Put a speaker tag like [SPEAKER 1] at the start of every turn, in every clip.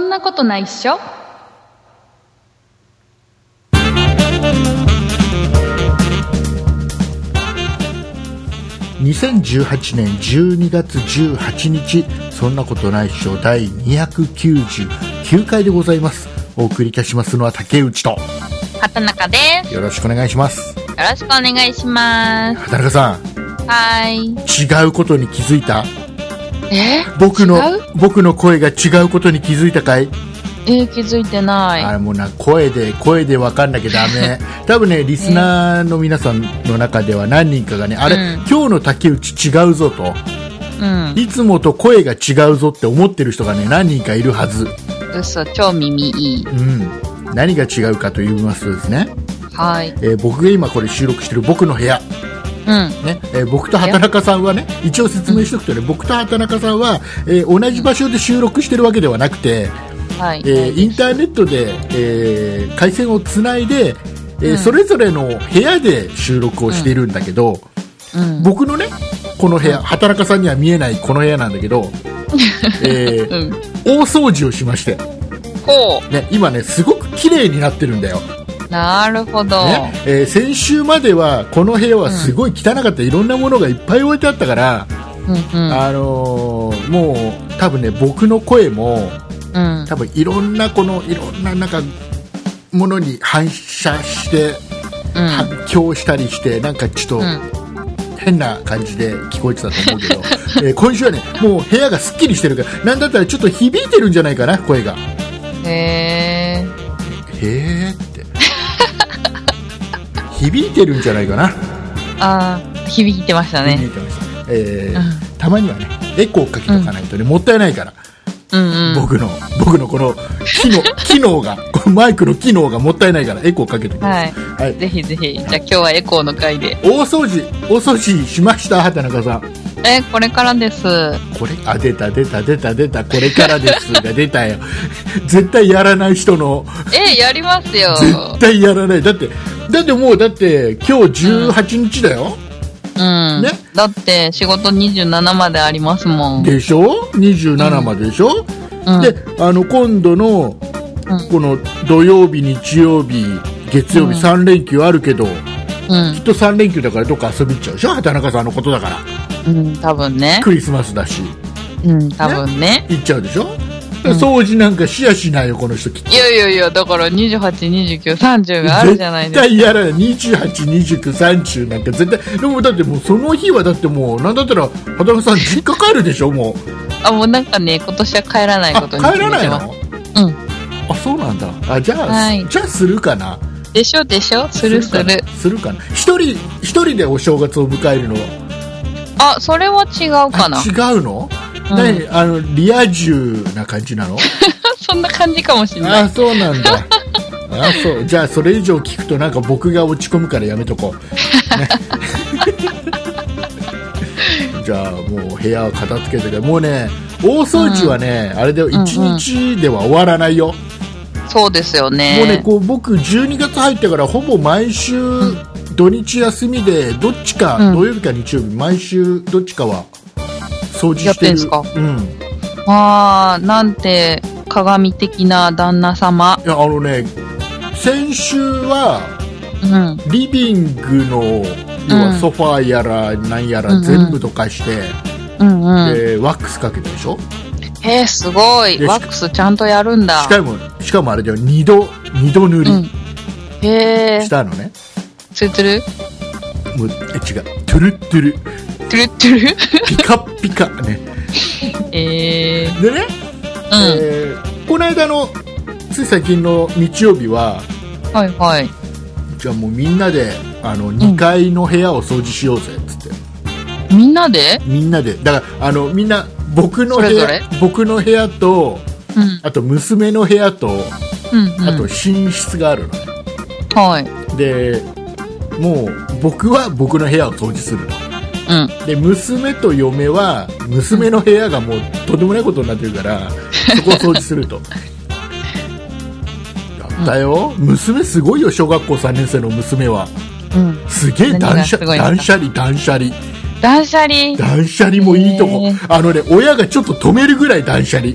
[SPEAKER 1] んなことないっしょ
[SPEAKER 2] 2018年12月18日そんなことないっしょ第299回でございますお送りいたしますのは竹内と
[SPEAKER 1] 畑中です
[SPEAKER 2] よろしくお願いします
[SPEAKER 1] よろしくお願いします
[SPEAKER 2] 畑中さん
[SPEAKER 1] はい
[SPEAKER 2] 違うことに気づいた
[SPEAKER 1] え
[SPEAKER 2] 僕の
[SPEAKER 1] 違う
[SPEAKER 2] 僕の声が違うことに気づいたかい
[SPEAKER 1] えー気づいてない
[SPEAKER 2] あれもうな声で声で分かんなきゃ ダメ多分ねリスナーの皆さんの中では何人かがねあれ、
[SPEAKER 1] うん
[SPEAKER 2] 今日の竹内違うぞと
[SPEAKER 1] うん
[SPEAKER 2] いつもと声が違うぞって思ってる人がね何人かいるはず、
[SPEAKER 1] 嘘超耳いい
[SPEAKER 2] うん、何が違うかと言いますとですね、
[SPEAKER 1] はい
[SPEAKER 2] えー僕が今これ収録してる僕の部屋、
[SPEAKER 1] うん
[SPEAKER 2] ねえー僕と畑中さんはね一応説明しておくとね、僕と畑中さんは、えー同じ場所で収録してるわけではなくて、
[SPEAKER 1] はい
[SPEAKER 2] えーインターネットで、えー回線をつないで、えー
[SPEAKER 1] うん
[SPEAKER 2] それぞれの部屋で収録をしているんだけど、
[SPEAKER 1] うん
[SPEAKER 2] 僕のねこの部屋畑中さんには見えないこの部屋なんだ けど、えー
[SPEAKER 1] うん
[SPEAKER 2] 大掃除をしまして、
[SPEAKER 1] ほ
[SPEAKER 2] ね、今ねすごく綺麗になってるんだよ、
[SPEAKER 1] うなるほど、
[SPEAKER 2] ねえー先週まではこの部屋はすごい汚かった、いろんなものがいっぱい置いてあったから、
[SPEAKER 1] うんうん
[SPEAKER 2] あのーもう多分ね僕の声も
[SPEAKER 1] うん
[SPEAKER 2] 多分いろんなこのいろんななんかものに反射して
[SPEAKER 1] うん
[SPEAKER 2] 発狂したりしてなんかちょっ
[SPEAKER 1] うん
[SPEAKER 2] と変な感じで聞こえてたと思うけど、 えー今週はねもう部屋がすっきりしてるからなんだったらちょっと響いてるんじゃないかな声が
[SPEAKER 1] へ
[SPEAKER 2] へ
[SPEAKER 1] え
[SPEAKER 2] えって 響いてるんじゃないかな
[SPEAKER 1] あー響いてました
[SPEAKER 2] 響
[SPEAKER 1] ね
[SPEAKER 2] いてました、えー
[SPEAKER 1] う
[SPEAKER 2] たまにはねエコーかけとかないとね、もったいないから
[SPEAKER 1] うんうん
[SPEAKER 2] 僕の僕のこの機 能機能がこのマイクの機能がもったいないからエコーかけてください、はい
[SPEAKER 1] ぜひぜひじゃあ今日はエコーの回で
[SPEAKER 2] 大掃除大掃除しました畑中さん
[SPEAKER 1] えこれから です
[SPEAKER 2] これあ出た出た出た出たこれからです が出たよ絶対やらない人の
[SPEAKER 1] えやりますよ
[SPEAKER 2] 絶対やらないだってだってもうだって今日18日だよ、
[SPEAKER 1] うん、
[SPEAKER 2] ね
[SPEAKER 1] だって仕事27までありますもん
[SPEAKER 2] でしょ27まででしょ、
[SPEAKER 1] うん、
[SPEAKER 2] であの今度の
[SPEAKER 1] うん
[SPEAKER 2] この土曜日日曜日月曜
[SPEAKER 1] うん
[SPEAKER 2] 日3連休あるけど、
[SPEAKER 1] うん
[SPEAKER 2] きっと3連休だからどっか遊び行っちゃうでしょ畑中さんのことだから
[SPEAKER 1] うん多分ね
[SPEAKER 2] クリスマスだし
[SPEAKER 1] うん多分ね
[SPEAKER 2] 行っちゃうでしょ、
[SPEAKER 1] うん
[SPEAKER 2] 掃除なんかしやしないよこの人きっと
[SPEAKER 1] いやいやいやだから282930があるじゃない
[SPEAKER 2] 絶
[SPEAKER 1] ですか
[SPEAKER 2] 対やらない282930なんか絶対でもだってもうその日はだってもうなんだったら畑中さん実家帰るでしょもう
[SPEAKER 1] あもうなんかね今年は帰らない
[SPEAKER 2] あ
[SPEAKER 1] こと
[SPEAKER 2] 帰
[SPEAKER 1] に決
[SPEAKER 2] ら
[SPEAKER 1] め
[SPEAKER 2] な
[SPEAKER 1] て
[SPEAKER 2] い
[SPEAKER 1] ます
[SPEAKER 2] の
[SPEAKER 1] うん
[SPEAKER 2] あそうなんだあじゃあ、
[SPEAKER 1] はい
[SPEAKER 2] じゃあするかな
[SPEAKER 1] でしょでしょするす
[SPEAKER 2] かな
[SPEAKER 1] る
[SPEAKER 2] するかな一人一人でお正月を迎えるの
[SPEAKER 1] あそれは違うかな
[SPEAKER 2] あ違うの、何あのリア充な感じなの
[SPEAKER 1] そんな感じかもしれない
[SPEAKER 2] あそうなんだあそうじゃあそれ以上聞くとなんか僕が落ち込むからやめとこう、ね じゃあもう部屋を片付けてるもうね大掃除はね、あれで
[SPEAKER 1] んうん
[SPEAKER 2] 1日では終わらないよ、
[SPEAKER 1] そうですよね
[SPEAKER 2] もうねこう僕12月入ってからほぼ毎週土日休みでどっちか、
[SPEAKER 1] うん
[SPEAKER 2] 土曜日か日曜日毎週どっちかは掃除
[SPEAKER 1] やっ
[SPEAKER 2] して
[SPEAKER 1] て
[SPEAKER 2] る
[SPEAKER 1] んすか
[SPEAKER 2] うん
[SPEAKER 1] ああなんて鏡的な旦那様
[SPEAKER 2] いやあのね先週は
[SPEAKER 1] うん
[SPEAKER 2] リビングの要はソファーやらなんやら全部とかして、
[SPEAKER 1] うんうん
[SPEAKER 2] でワックスかけたでしょ
[SPEAKER 1] えー、すごい
[SPEAKER 2] で
[SPEAKER 1] ワックスちゃんとやるんだ
[SPEAKER 2] しかもしかもあれだよ2度二度塗り
[SPEAKER 1] うんへえ
[SPEAKER 2] したのね、
[SPEAKER 1] ツルツル
[SPEAKER 2] もうえ違うトゥルットゥル
[SPEAKER 1] トゥルトゥル
[SPEAKER 2] ピカッピカね
[SPEAKER 1] ええ
[SPEAKER 2] でね、
[SPEAKER 1] ー、
[SPEAKER 2] えーこの間のつい最近の日曜日は
[SPEAKER 1] うんはいはい
[SPEAKER 2] じゃあもうみんなであの2階の部屋を掃除しようぜっつって、
[SPEAKER 1] みんなで
[SPEAKER 2] みんなでだからあのみんな僕の部屋
[SPEAKER 1] それぞれ
[SPEAKER 2] 僕の部屋と
[SPEAKER 1] うん
[SPEAKER 2] あと娘の部屋と、
[SPEAKER 1] うんうん
[SPEAKER 2] あと寝室があるの、ね
[SPEAKER 1] はい
[SPEAKER 2] でもう僕は僕の部屋を掃除する
[SPEAKER 1] う
[SPEAKER 2] の
[SPEAKER 1] ん
[SPEAKER 2] で娘と嫁は娘の部屋がもうとんでもないことになってる からそこを掃除するとやったよ、娘すごいよ小学校3年生の娘は
[SPEAKER 1] うん
[SPEAKER 2] すげえ
[SPEAKER 1] 何が
[SPEAKER 2] 断捨
[SPEAKER 1] すごいんですか
[SPEAKER 2] 断捨離断捨離
[SPEAKER 1] 断捨離
[SPEAKER 2] 断捨離もいいとこ、
[SPEAKER 1] へえ
[SPEAKER 2] あのね親がちょっと止めるぐらい断捨離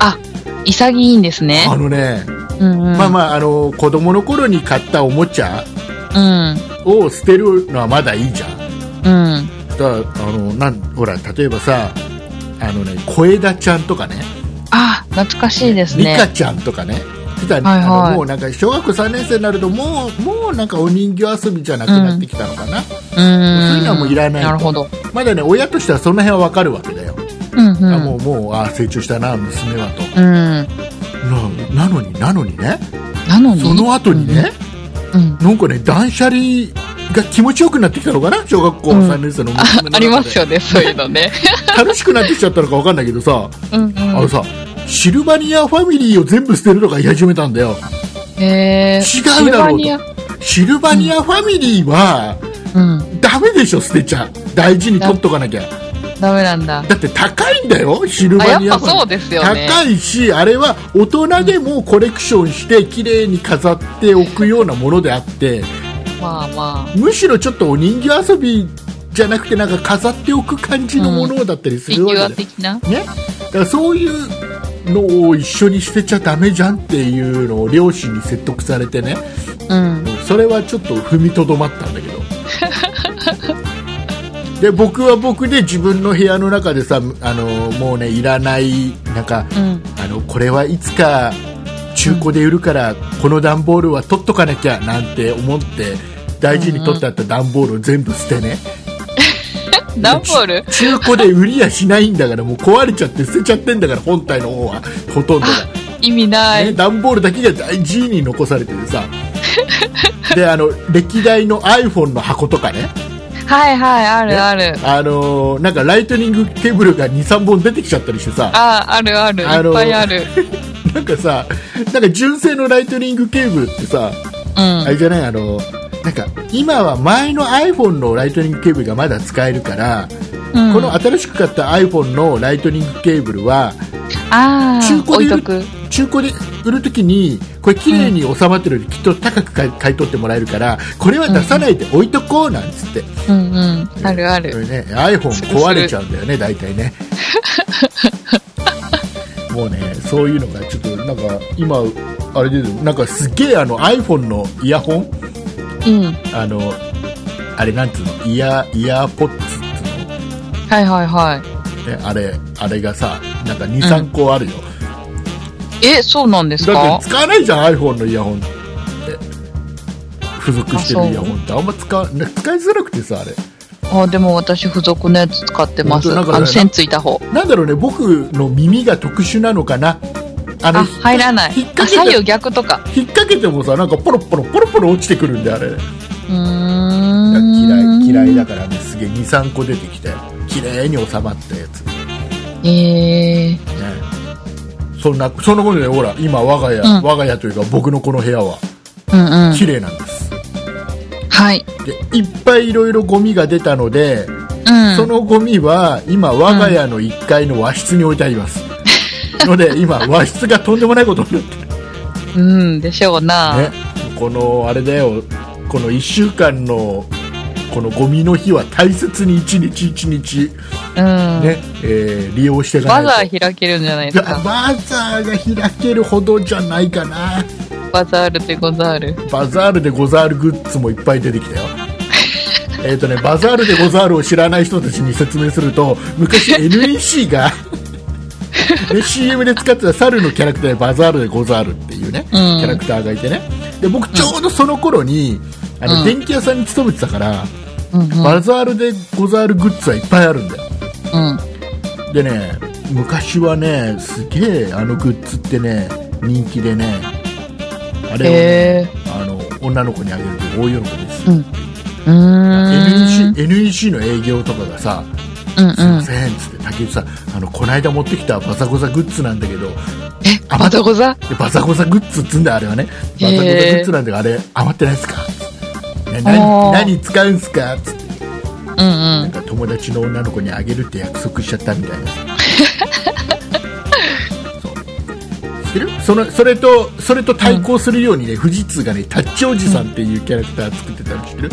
[SPEAKER 1] あ潔いんですね
[SPEAKER 2] あ。のね、
[SPEAKER 1] うんうん。
[SPEAKER 2] まあまああの子供の頃に買ったおもちゃ
[SPEAKER 1] うん。
[SPEAKER 2] を捨てるのはまだいいじゃん
[SPEAKER 1] うん。
[SPEAKER 2] だからあのなんほら例えばさあのね小枝ちゃんとかね
[SPEAKER 1] あ、懐かしいです
[SPEAKER 2] リカ
[SPEAKER 1] ね。
[SPEAKER 2] ちゃんとかねってた
[SPEAKER 1] はいはい
[SPEAKER 2] あのもうなんか小学校3年生になるともうもうなんかお人形遊びじゃなくなってきたのかな、
[SPEAKER 1] うん。そう
[SPEAKER 2] そういうのはもういらないと
[SPEAKER 1] なるほど。
[SPEAKER 2] まだね親としてはその辺は分かるわけだよ、
[SPEAKER 1] うんう
[SPEAKER 2] あも
[SPEAKER 1] ん。
[SPEAKER 2] うもうあ成長したな娘はと
[SPEAKER 1] うん。
[SPEAKER 2] ななのになのにね
[SPEAKER 1] なのに。
[SPEAKER 2] その後にね、
[SPEAKER 1] うん。
[SPEAKER 2] なんかね断捨離が気持ちよくなってきたのかな小学校3年生の娘の中で
[SPEAKER 1] ありますよね、そういうの ね。
[SPEAKER 2] 楽しくなってきちゃったのか分かんないけどさ、
[SPEAKER 1] うん
[SPEAKER 2] あの
[SPEAKER 1] う
[SPEAKER 2] さシルバニアファミリーを全部捨てるのが言い始めたんだよ
[SPEAKER 1] ん。へえ。
[SPEAKER 2] 違うだろうと
[SPEAKER 1] シルバニア
[SPEAKER 2] シルバニアファミリーは
[SPEAKER 1] うん。
[SPEAKER 2] ダメでしょ捨てちゃ大事に取っとかなきゃ
[SPEAKER 1] ダメなんだ。
[SPEAKER 2] だって高いんだよシル
[SPEAKER 1] あ、
[SPEAKER 2] バ
[SPEAKER 1] やっ
[SPEAKER 2] ニア
[SPEAKER 1] ぱ
[SPEAKER 2] ファミリー
[SPEAKER 1] そうですよね。
[SPEAKER 2] 高いし、あれは大人でもコレクションして綺麗に飾っておくようなものであって
[SPEAKER 1] まあまあ。
[SPEAKER 2] むしろちょっとお人形遊びじゃなくてなんか飾っておく感じのものだったり
[SPEAKER 1] フ
[SPEAKER 2] す
[SPEAKER 1] ィギ
[SPEAKER 2] るわ
[SPEAKER 1] ュア
[SPEAKER 2] けで、
[SPEAKER 1] 的な。
[SPEAKER 2] ね、だからそういうのを一緒に捨てちゃダメじゃんっていうのを両親に説得されてね
[SPEAKER 1] うん。
[SPEAKER 2] それはちょっと踏みとどまったんだけどで僕は僕で自分の部屋の中でさあのもうねいらないなんか
[SPEAKER 1] うん。
[SPEAKER 2] あのこれはいつか中古で売るからこの段ボールは取っとかなきゃなんて思って大事に取ってあった段ボールを全部捨て ね、
[SPEAKER 1] ダンボール
[SPEAKER 2] 中古で売りやしないんだからもう壊れちゃって捨てちゃってんだから本体の方はほとんどが、
[SPEAKER 1] 意味ない。
[SPEAKER 2] ね、段ボールだけが大事に残されて てさであの歴代の iPhone の箱とかね
[SPEAKER 1] はいはい、あ
[SPEAKER 2] ね
[SPEAKER 1] るある。
[SPEAKER 2] あのーなんかライトニングケーブルが23本出てきちゃったりしてさ
[SPEAKER 1] あ、あるある。い
[SPEAKER 2] あの
[SPEAKER 1] っぱいある。
[SPEAKER 2] なんかさなんか純正のライトニングケーブルってさ
[SPEAKER 1] う
[SPEAKER 2] あれ
[SPEAKER 1] ん。
[SPEAKER 2] じゃないあのなんか今は前の iPhone のライトニングケーブルがまだ使えるから、
[SPEAKER 1] うん
[SPEAKER 2] この新しく買った iPhone のライトニングケーブルは
[SPEAKER 1] あ
[SPEAKER 2] 中
[SPEAKER 1] あ、置い
[SPEAKER 2] 古で売る
[SPEAKER 1] とく。
[SPEAKER 2] 中古で売るときにこれ綺麗に収まってるよりきっと高く買い買い取ってもらえるからこれは出さないで置いとこうなんつって、
[SPEAKER 1] うんうん。あるあ
[SPEAKER 2] こ
[SPEAKER 1] る。
[SPEAKER 2] れね iPhone 壊れちゃうんだよね大体 ねもうねそういうのがちょっとなんか今あれでなんかすげえあの iPhone のイヤホン
[SPEAKER 1] うん。
[SPEAKER 2] あの、あれなんつうの、イヤ、イヤーポッツっていう
[SPEAKER 1] はいはいは
[SPEAKER 2] の、ね、あれ、あれがさ、なんか2、3個あるよ。
[SPEAKER 1] い。え、そうなんです
[SPEAKER 2] だ
[SPEAKER 1] か
[SPEAKER 2] って使わないじゃん、iPhone のイヤホンって。付属してるイヤホンってあんま使わ、ね使いづらくてさ、あれ。
[SPEAKER 1] あ、でも私付属のやつ使ってます。
[SPEAKER 2] 本当なんかね
[SPEAKER 1] あの、線ついた方。
[SPEAKER 2] なんだろうね、僕の耳が特殊なのかな。あ
[SPEAKER 1] あ、入らない
[SPEAKER 2] 引っ。掛
[SPEAKER 1] あ、
[SPEAKER 2] け
[SPEAKER 1] 左
[SPEAKER 2] て、
[SPEAKER 1] 右逆とか。
[SPEAKER 2] 引っ掛けてもさ、なんかポロポロポロポロ落ちてくるんで、あれ。
[SPEAKER 1] うー
[SPEAKER 2] 嫌
[SPEAKER 1] ん。
[SPEAKER 2] い、嫌いだからね、すげえ2、3個出てきて、綺麗に収まったやつ。
[SPEAKER 1] ええ
[SPEAKER 2] ねそんなそんなことでほら今我が家、
[SPEAKER 1] うん
[SPEAKER 2] 我が家というか僕のこの部屋は
[SPEAKER 1] うんうん。
[SPEAKER 2] 綺麗なんです、
[SPEAKER 1] はい。
[SPEAKER 2] でいっぱいいろいろゴミが出たので、
[SPEAKER 1] うん。
[SPEAKER 2] そのゴミは今我が家の1階の和室に置いてあり ます、ので今和室がとんでもないことになってる
[SPEAKER 1] うん、でしょうな。
[SPEAKER 2] ねこのあれだよこの1週間のこのゴミの日は大切に一日一日、
[SPEAKER 1] うん。
[SPEAKER 2] ねえー利用していか
[SPEAKER 1] バザ
[SPEAKER 2] ないと
[SPEAKER 1] ー開けるんじゃないで
[SPEAKER 2] い
[SPEAKER 1] す
[SPEAKER 2] や
[SPEAKER 1] か。
[SPEAKER 2] バザーが開けるほどじゃないかな
[SPEAKER 1] バザールでござる。
[SPEAKER 2] バザールでゴザールグッズもいっぱい出てきたよ。 えっとね、バザールでゴザールを知らない人たちに説明すると昔 NEC がで CM で使ってた猿のキャラクターでバザールでゴザールっていうね、
[SPEAKER 1] うん
[SPEAKER 2] キャラクターがいてねで僕ちょうどその頃に、あの
[SPEAKER 1] うん
[SPEAKER 2] 電気屋さんに勤めてたから、
[SPEAKER 1] うんうん。
[SPEAKER 2] バザールでゴザールグッズはいっぱいあるんだよ
[SPEAKER 1] うん。
[SPEAKER 2] でね昔はねすげえあのグッズってね人気でねあれをね、
[SPEAKER 1] へえ
[SPEAKER 2] あの女の子にあげると大喜びです、
[SPEAKER 1] う
[SPEAKER 2] る
[SPEAKER 1] んうーん。
[SPEAKER 2] NEC, NEC の営業とかがさ
[SPEAKER 1] うん
[SPEAKER 2] 「すいま
[SPEAKER 1] うん。
[SPEAKER 2] せん」っつって竹内さんあの「こないだ持ってきたバザゴザグッズなんだけど
[SPEAKER 1] え、
[SPEAKER 2] あ
[SPEAKER 1] またござ
[SPEAKER 2] でバザゴザグッズっつうんだよあれはねバザゴザグッズなんだけどあれ余ってないっすか?ね」何
[SPEAKER 1] おー
[SPEAKER 2] 何使うんすか?」っつって
[SPEAKER 1] うんう
[SPEAKER 2] なん
[SPEAKER 1] ん。
[SPEAKER 2] か友達の女の子にあげるって約束しちゃったみ たいなさそう知ってるそのそれとそれと対抗するようにね、富士通がねタッチおじさんっていうキャラクター作ってたの知ってる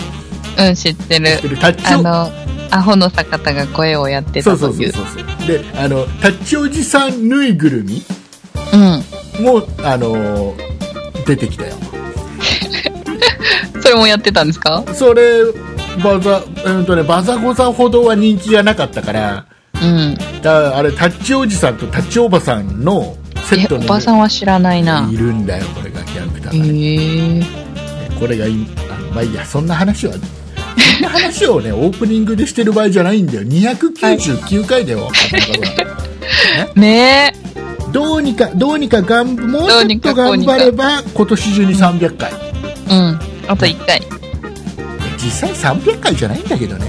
[SPEAKER 1] うん、知ってる
[SPEAKER 2] 知っ。てるタッチ
[SPEAKER 1] あ
[SPEAKER 2] お
[SPEAKER 1] の、アホの坂田が声をやって
[SPEAKER 2] そ
[SPEAKER 1] た
[SPEAKER 2] う
[SPEAKER 1] と
[SPEAKER 2] そうそ
[SPEAKER 1] いうう。
[SPEAKER 2] そうそうであのタッチおじさんぬいぐるみ
[SPEAKER 1] う
[SPEAKER 2] もう、あのー出てきたよ。
[SPEAKER 1] ん。それもやってたんですか
[SPEAKER 2] それ、バザ、うんとね、バザゴザほどは人気がなかったから、
[SPEAKER 1] うん。
[SPEAKER 2] だあれ、タッチおじさんとタッチおばさんのセッ
[SPEAKER 1] え、
[SPEAKER 2] ト
[SPEAKER 1] お
[SPEAKER 2] の
[SPEAKER 1] ばさんは知らないな。
[SPEAKER 2] いるんだよ、これがキャラクタ
[SPEAKER 1] へ
[SPEAKER 2] ーがね、
[SPEAKER 1] え。
[SPEAKER 2] これがいい、あまあいいや、そんな話は、そんな話をね、オープニングでしてる場合じゃないんだよ。299回だよ、片岡
[SPEAKER 1] ね
[SPEAKER 2] 君どうにか、どうにかがん、もうち
[SPEAKER 1] どう
[SPEAKER 2] ょっ
[SPEAKER 1] に
[SPEAKER 2] と
[SPEAKER 1] か
[SPEAKER 2] 頑張れば、今年中に300回。
[SPEAKER 1] え。うん。あと1回。
[SPEAKER 2] 実際300回じゃないんだけどね。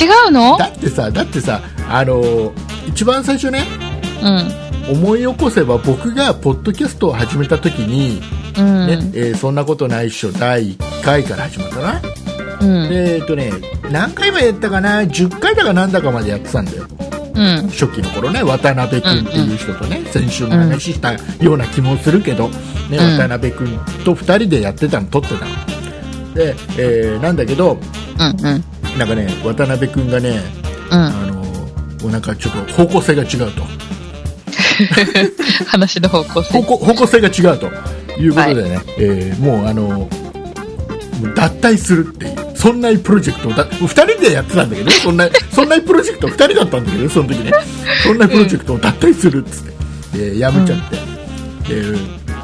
[SPEAKER 1] 違うの
[SPEAKER 2] だってさだってさあの一番最初ね
[SPEAKER 1] うん。
[SPEAKER 2] 思い起こせば僕がポッドキャストを始めた時に、
[SPEAKER 1] うん。
[SPEAKER 2] ねえーそんなことないっしょ第1回から始まったな、
[SPEAKER 1] うん。
[SPEAKER 2] でえっとね何回までやったかな10回だかなんだかまでやってたんだよ
[SPEAKER 1] うん。
[SPEAKER 2] 初期の頃ね渡辺君っていう人とね、先週も話したような気もするけど、ね
[SPEAKER 1] うん
[SPEAKER 2] 渡辺君と2人でやってたの撮ってたので、えーなんだけど
[SPEAKER 1] うん。うん。
[SPEAKER 2] なんかね渡辺君がね
[SPEAKER 1] うん。
[SPEAKER 2] あのもうなんかちょっと方向性が違うと
[SPEAKER 1] 話の方向性
[SPEAKER 2] 方。向方向性が違うということでね、えーもうあのもう脱退するっていうそんなプロジェクトをだ2人でやってたんだけどねそん なそんなプロジェクト2人だったんだけどねその時ねそんなプロジェクトを脱退するっつって、でやめちゃって、で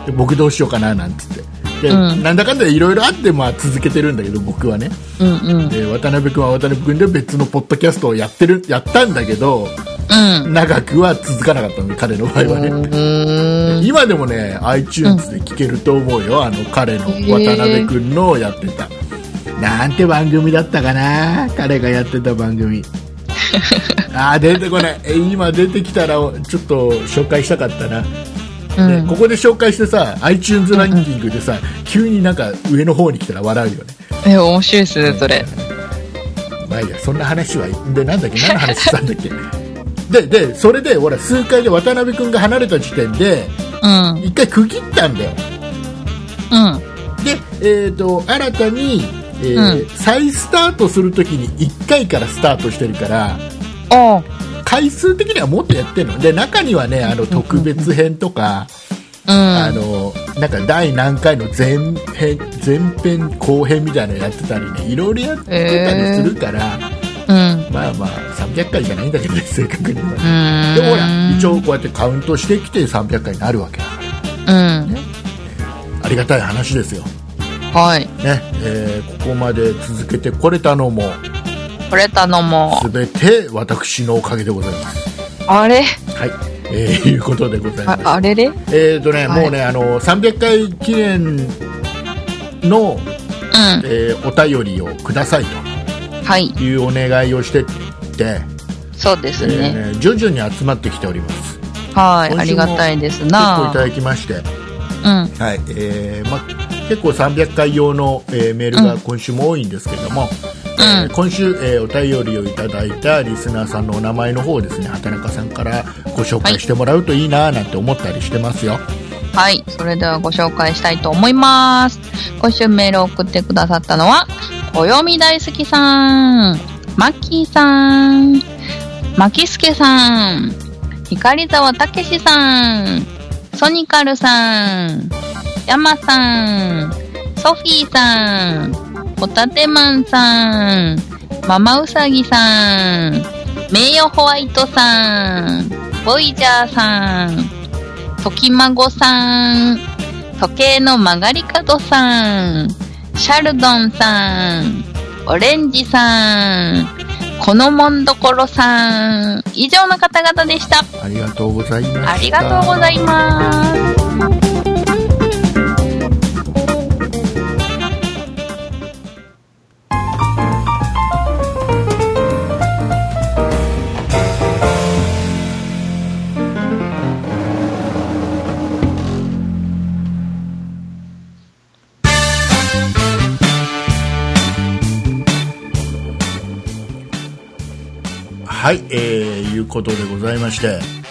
[SPEAKER 2] で僕どうしようかななんつってで、
[SPEAKER 1] うん
[SPEAKER 2] なんだかんだいろいろあって、まあ、続けてるんだけど僕はね、
[SPEAKER 1] うんうん。
[SPEAKER 2] で渡辺君は渡辺君で別のポッドキャストをやってるやったんだけど
[SPEAKER 1] うん。
[SPEAKER 2] 長くは続かなかったので彼の場合はね、
[SPEAKER 1] うん。
[SPEAKER 2] 今でもね iTunes で聴けると思うよ、あの彼の
[SPEAKER 1] へー
[SPEAKER 2] 渡辺君のやってた、なんて番組だったかな彼がやってた番 組あー出てこないえ今出てきたらちょっと紹介したかったな、
[SPEAKER 1] う
[SPEAKER 2] ね、
[SPEAKER 1] ん
[SPEAKER 2] ここで紹介してさ iTunes ランキングでさ、急になんか上の方に来たら笑うよね
[SPEAKER 1] え、面白いっすね、それ。
[SPEAKER 2] まあいいやそんな話はいいでなんだっけ何の話したんだっけででそれでほら数回で渡辺君が離れた時点で
[SPEAKER 1] うん。うん。
[SPEAKER 2] 一回区切ったんだよで、えー、と新たに、えー
[SPEAKER 1] う
[SPEAKER 2] 再スタートするときに1回からスタートしてるから
[SPEAKER 1] あ
[SPEAKER 2] 回数的にはもっとやってるので中にはねあの特別編と
[SPEAKER 1] あ。
[SPEAKER 2] か、あ
[SPEAKER 1] うん。
[SPEAKER 2] のなんか第何回の前編前編後編みたいなのやってたりねいろいろやってたりするから、
[SPEAKER 1] うん。
[SPEAKER 2] まあまあ300回じゃないんだけどね 正確には。
[SPEAKER 1] うん。
[SPEAKER 2] でもほら一応こうやってカウントしてきて300回になるわけだから
[SPEAKER 1] うん。
[SPEAKER 2] ありがたい話ですよ、
[SPEAKER 1] はい。
[SPEAKER 2] ねえーここまで続けてこれたのも
[SPEAKER 1] 取れたのも。
[SPEAKER 2] すべて私のおかげでございます。
[SPEAKER 1] あれ
[SPEAKER 2] はい。えー、いうことでございます。
[SPEAKER 1] ああれれうん。
[SPEAKER 2] えっ、とね、
[SPEAKER 1] はい
[SPEAKER 2] もうね、あの、300回記念の、えーお便りをください
[SPEAKER 1] はい。
[SPEAKER 2] というお願いをしてって、
[SPEAKER 1] そうです
[SPEAKER 2] え
[SPEAKER 1] ね。
[SPEAKER 2] ーね徐々に集まってきております。結
[SPEAKER 1] はい。
[SPEAKER 2] 今
[SPEAKER 1] あ
[SPEAKER 2] 週
[SPEAKER 1] り
[SPEAKER 2] も
[SPEAKER 1] がたいです
[SPEAKER 2] 構い
[SPEAKER 1] な
[SPEAKER 2] た。だきまして、
[SPEAKER 1] うん。
[SPEAKER 2] はい。えーま、結構300回用の、えーメールが今週も多いんですけども、えー今週、えーお便りをいただいたリスナーさんのお名前の方をですね畑中さんからご紹介してもらうといいなーなんて思ったりしてますよ、
[SPEAKER 1] はい。それではご紹介したいと思います。今週メールを送ってくださったのは、およみ大好きさん、マッキーさん、マキスケさん、光沢たけしさん、ソニカルさん、ヤマさん、ソフィーさん、ホタテマンさん、ママウサギさん、名誉ホワイトさん、ボイジャーさん、時孫さん、時計の曲がり角さん、シャルドンさん、オレンジさん、このもんどころさん、以上の方々でした。
[SPEAKER 2] ありがとうございました
[SPEAKER 1] ありがとうございます。
[SPEAKER 2] はいえー、いうことでございまして、えー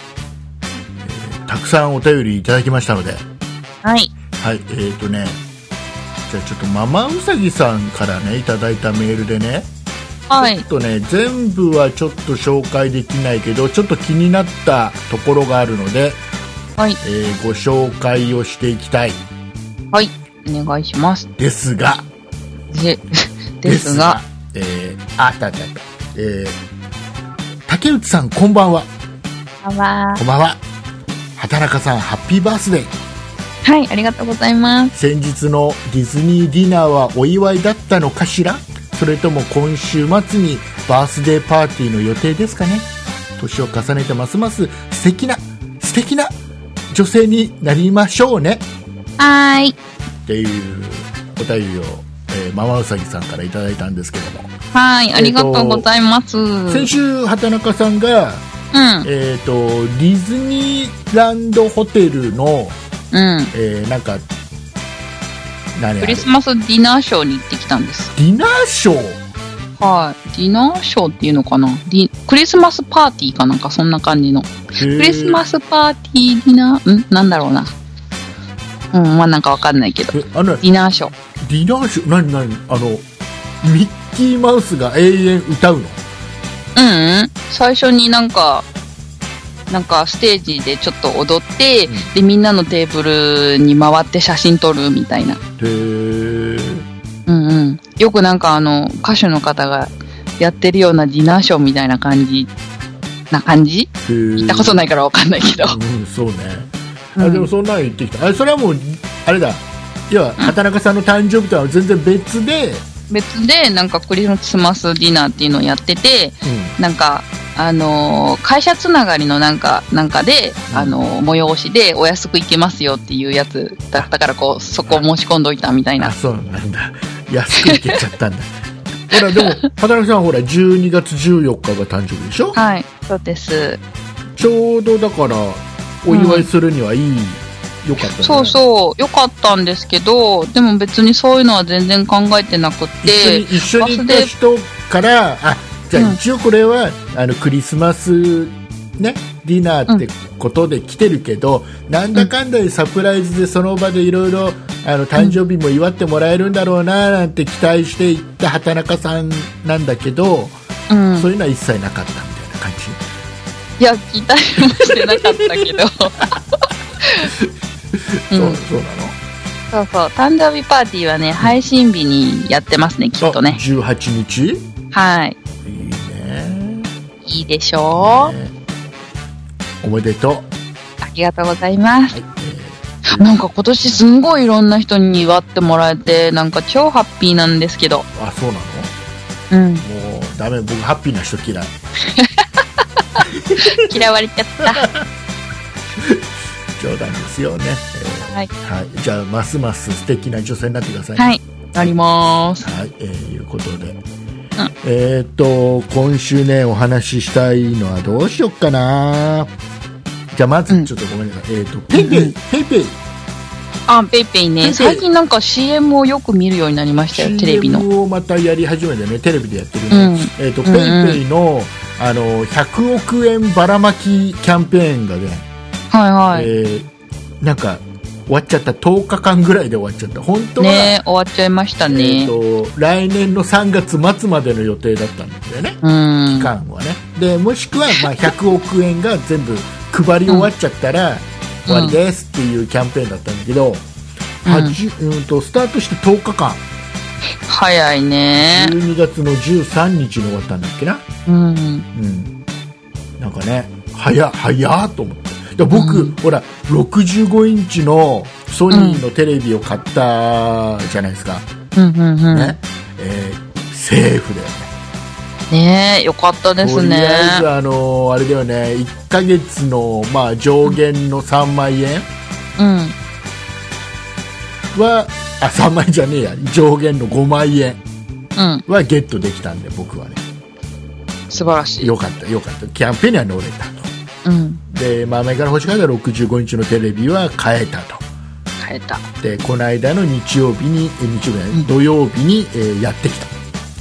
[SPEAKER 2] たくさんお便りいただきましたので
[SPEAKER 1] はい。
[SPEAKER 2] はいえーとねじゃあちょっとママウサギさんからねいただいたメールでね、
[SPEAKER 1] は
[SPEAKER 2] ちょ
[SPEAKER 1] い
[SPEAKER 2] っ。とね全部はちょっと紹介できないけどちょっと気になったところがあるので、
[SPEAKER 1] はい。
[SPEAKER 2] えーご紹介をしていきたい
[SPEAKER 1] はい。お願いします。
[SPEAKER 2] ですが
[SPEAKER 1] で、 ですが、、
[SPEAKER 2] えーああったあったあった、えー竹内さんこんばんは
[SPEAKER 1] こんばんは
[SPEAKER 2] こんばんは畑中さんハッピーバースデー
[SPEAKER 1] はい、ありがとうございます。
[SPEAKER 2] 先日のディズニーディナーはお祝いだったのかしらそれとも今週末にバースデーパーティーの予定ですかね年を重ねてますます素敵な素敵な女性になりましょうね
[SPEAKER 1] はーい。
[SPEAKER 2] っていうお便りを、えーママウサギさんからいただいたんですけども
[SPEAKER 1] はい、ありがとうございます。
[SPEAKER 2] 先週畑中さんが、
[SPEAKER 1] うん、
[SPEAKER 2] えー、とディズニーランドホテルの、
[SPEAKER 1] うん。
[SPEAKER 2] えーなんか何あ
[SPEAKER 1] ク
[SPEAKER 2] れ
[SPEAKER 1] リ
[SPEAKER 2] デ
[SPEAKER 1] スマスディナーショーに行ってきたんです。
[SPEAKER 2] ィナーショー
[SPEAKER 1] はい。ディナーショーっていうのかなディクリスマスパーティーかなんか、そんな感じの。
[SPEAKER 2] ク
[SPEAKER 1] クリスマスパーティーディナー、んなんだろうな。うん、まあなんかわかんないけど。デ
[SPEAKER 2] えあのデ
[SPEAKER 1] ィナーショー。
[SPEAKER 2] ィナーショー何何あのミッキーマウスが永遠歌うの
[SPEAKER 1] うん、うん、最初になんか、なんかステージでちょっと踊って、
[SPEAKER 2] うん
[SPEAKER 1] で、みんなのテーブルに回って写真撮るみたいな。
[SPEAKER 2] へー
[SPEAKER 1] うんうん。よくなんかあの、歌手の方がやってるようなディナーショーみたいな感じ、な感じ
[SPEAKER 2] へー
[SPEAKER 1] 行ったことないからわかんないけど。
[SPEAKER 2] うんそうね
[SPEAKER 1] う
[SPEAKER 2] あ
[SPEAKER 1] ん
[SPEAKER 2] でもそんなの言ってきたあそれはもうあれだ要は畑中さんの誕生日とは全然別で、
[SPEAKER 1] 別で、なんかクリスマスディナーっていうのをやってて、なんか、あのー会社つながりのなんか、なんかで、
[SPEAKER 2] うん
[SPEAKER 1] あのー催しでお安く行けますよっていうやつだったから、こう、そこを申し込んどいたみたい
[SPEAKER 2] あ
[SPEAKER 1] な。
[SPEAKER 2] そうなんだ安くいけちゃったんだ ほらでも畑中さんはほら12月14日が誕生日でしょ
[SPEAKER 1] はい、そうです。
[SPEAKER 2] ちょうどだからお祝いするにはいい、よかったね
[SPEAKER 1] そうそう、よかったんですけど、でも別にそういうのは全然考えてなく
[SPEAKER 2] 一緒に
[SPEAKER 1] て、
[SPEAKER 2] 一緒に行った人からあじゃ
[SPEAKER 1] う
[SPEAKER 2] あ
[SPEAKER 1] ん
[SPEAKER 2] 一応これは、あのクリスマスねディナーってことで来てるけど、なんだかんだでサプライズでその場でいろいろあの誕生日も祝ってもらえるんだろうななんて期待して行った畑中さんなんだけど、
[SPEAKER 1] うん。
[SPEAKER 2] そういうのは一切なかったみたいな感じ
[SPEAKER 1] いや、期待もしてなかったけど。 うん
[SPEAKER 2] そう、そうなの
[SPEAKER 1] そうそう誕生日パーティーはね配信日にやってますねきっとね
[SPEAKER 2] あ18日いい
[SPEAKER 1] はい
[SPEAKER 2] ね
[SPEAKER 1] いいでしょう、
[SPEAKER 2] ねおめでとう、
[SPEAKER 1] ありがとうございます
[SPEAKER 2] はい
[SPEAKER 1] なんか今年すんごいいろんな人に祝ってもらえてなんか超ハッピーなんですけど
[SPEAKER 2] あそうなの
[SPEAKER 1] うん
[SPEAKER 2] もうダメ僕ハッピーな人嫌い
[SPEAKER 1] 嫌われちゃった
[SPEAKER 2] 冗談ですよね、
[SPEAKER 1] はい
[SPEAKER 2] えーはい、じゃあますます素敵な女性になってください、
[SPEAKER 1] はいなります
[SPEAKER 2] はいえーいうことで、えーっと今週ねお話ししたいのはどうしよっかなじゃあま
[SPEAKER 1] う
[SPEAKER 2] ず
[SPEAKER 1] ん
[SPEAKER 2] ちょっとごめんなさい、えーっとペイペイ、
[SPEAKER 1] うん
[SPEAKER 2] ペイペイ
[SPEAKER 1] あペイペイ
[SPEAKER 2] ペイペ
[SPEAKER 1] ね
[SPEAKER 2] イ
[SPEAKER 1] 最近なんか CM をよく見るようになりましたよテレビの
[SPEAKER 2] CM をまたやり始めてねテレビでやってる
[SPEAKER 1] う
[SPEAKER 2] ね、
[SPEAKER 1] ん
[SPEAKER 2] えーっと
[SPEAKER 1] う
[SPEAKER 2] ペ
[SPEAKER 1] ん
[SPEAKER 2] イ
[SPEAKER 1] うん
[SPEAKER 2] ペイのあの100億円ばらまきキャンペーンがね、
[SPEAKER 1] はいはい、
[SPEAKER 2] えーなんか終わっちゃった10日間ぐらいで終わっちゃった本当は、
[SPEAKER 1] ね終わっちゃいました
[SPEAKER 2] え
[SPEAKER 1] ね、
[SPEAKER 2] ー、と来年の3月末までの予定だったんだよね、
[SPEAKER 1] うん
[SPEAKER 2] 期間はねでもしくはまあ100億円が全部配り終わっちゃったら終わりですっていうキャンペーンだったんだけど、はじうんとスタートして10日間
[SPEAKER 1] 早いね
[SPEAKER 2] 12月の13日に終わったんだっけな、
[SPEAKER 1] うん
[SPEAKER 2] うん、なんかね早っ早っと思ってで僕、
[SPEAKER 1] うん
[SPEAKER 2] ほら65インチのソニーのテレビを買ったじゃないですか、
[SPEAKER 1] うんうんうん
[SPEAKER 2] ねえーセーフだよね
[SPEAKER 1] ねえ、よかったです
[SPEAKER 2] とり
[SPEAKER 1] ね。
[SPEAKER 2] あえずあのあれだよね1ヶ月の、まあ、上限の3万円
[SPEAKER 1] うん。
[SPEAKER 2] はあ3万円じゃねえや上限の5万円
[SPEAKER 1] うん。
[SPEAKER 2] はゲットできたんで僕はね
[SPEAKER 1] 素晴らしい。
[SPEAKER 2] よかったよかったキャンペーンには乗れたと
[SPEAKER 1] うん。
[SPEAKER 2] で、まあ、前から欲しかった65インチのテレビは買えたと
[SPEAKER 1] 変えた。
[SPEAKER 2] でこの間の日曜日にえ日曜日じゃない
[SPEAKER 1] うん
[SPEAKER 2] 土曜日に、えーやってきた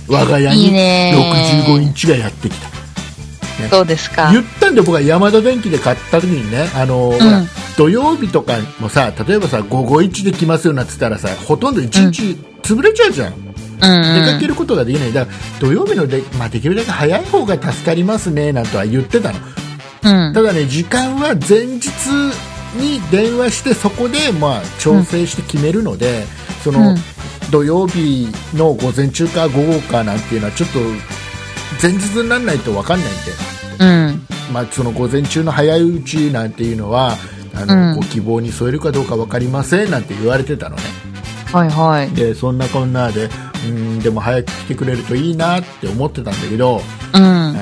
[SPEAKER 2] 我が家
[SPEAKER 1] い
[SPEAKER 2] に
[SPEAKER 1] いね
[SPEAKER 2] 65インチがやってきた
[SPEAKER 1] どうですか
[SPEAKER 2] 言ったんで僕は山田電機で買った時にねあの、ほら土曜日とかもさ例えばさ午後1で来ますよなんつったらさほとんど1日潰れちゃうじゃん、
[SPEAKER 1] うん
[SPEAKER 2] 出か
[SPEAKER 1] う
[SPEAKER 2] け
[SPEAKER 1] ん。
[SPEAKER 2] ることができないだから土曜日ので,、まあ、できるだけ早い方が助かりますねなんとは言ってたの
[SPEAKER 1] うん。
[SPEAKER 2] ただね時間は前日に電話してそこでまあ調整して決めるので、その、
[SPEAKER 1] うん
[SPEAKER 2] 土曜日の午前中か午後かなんていうのはちょっと前日にならないと分かんないんで、
[SPEAKER 1] うん。
[SPEAKER 2] まあ、その午前中の早いうちなんていうのはあの、
[SPEAKER 1] うん
[SPEAKER 2] ご希望に添えるかどうか分かりませんなんて言われてたのね
[SPEAKER 1] はいはい。
[SPEAKER 2] でそんなこんなでうんでも早く来てくれるといいなって思ってたんだけど、
[SPEAKER 1] うん。
[SPEAKER 2] あ
[SPEAKER 1] は
[SPEAKER 2] の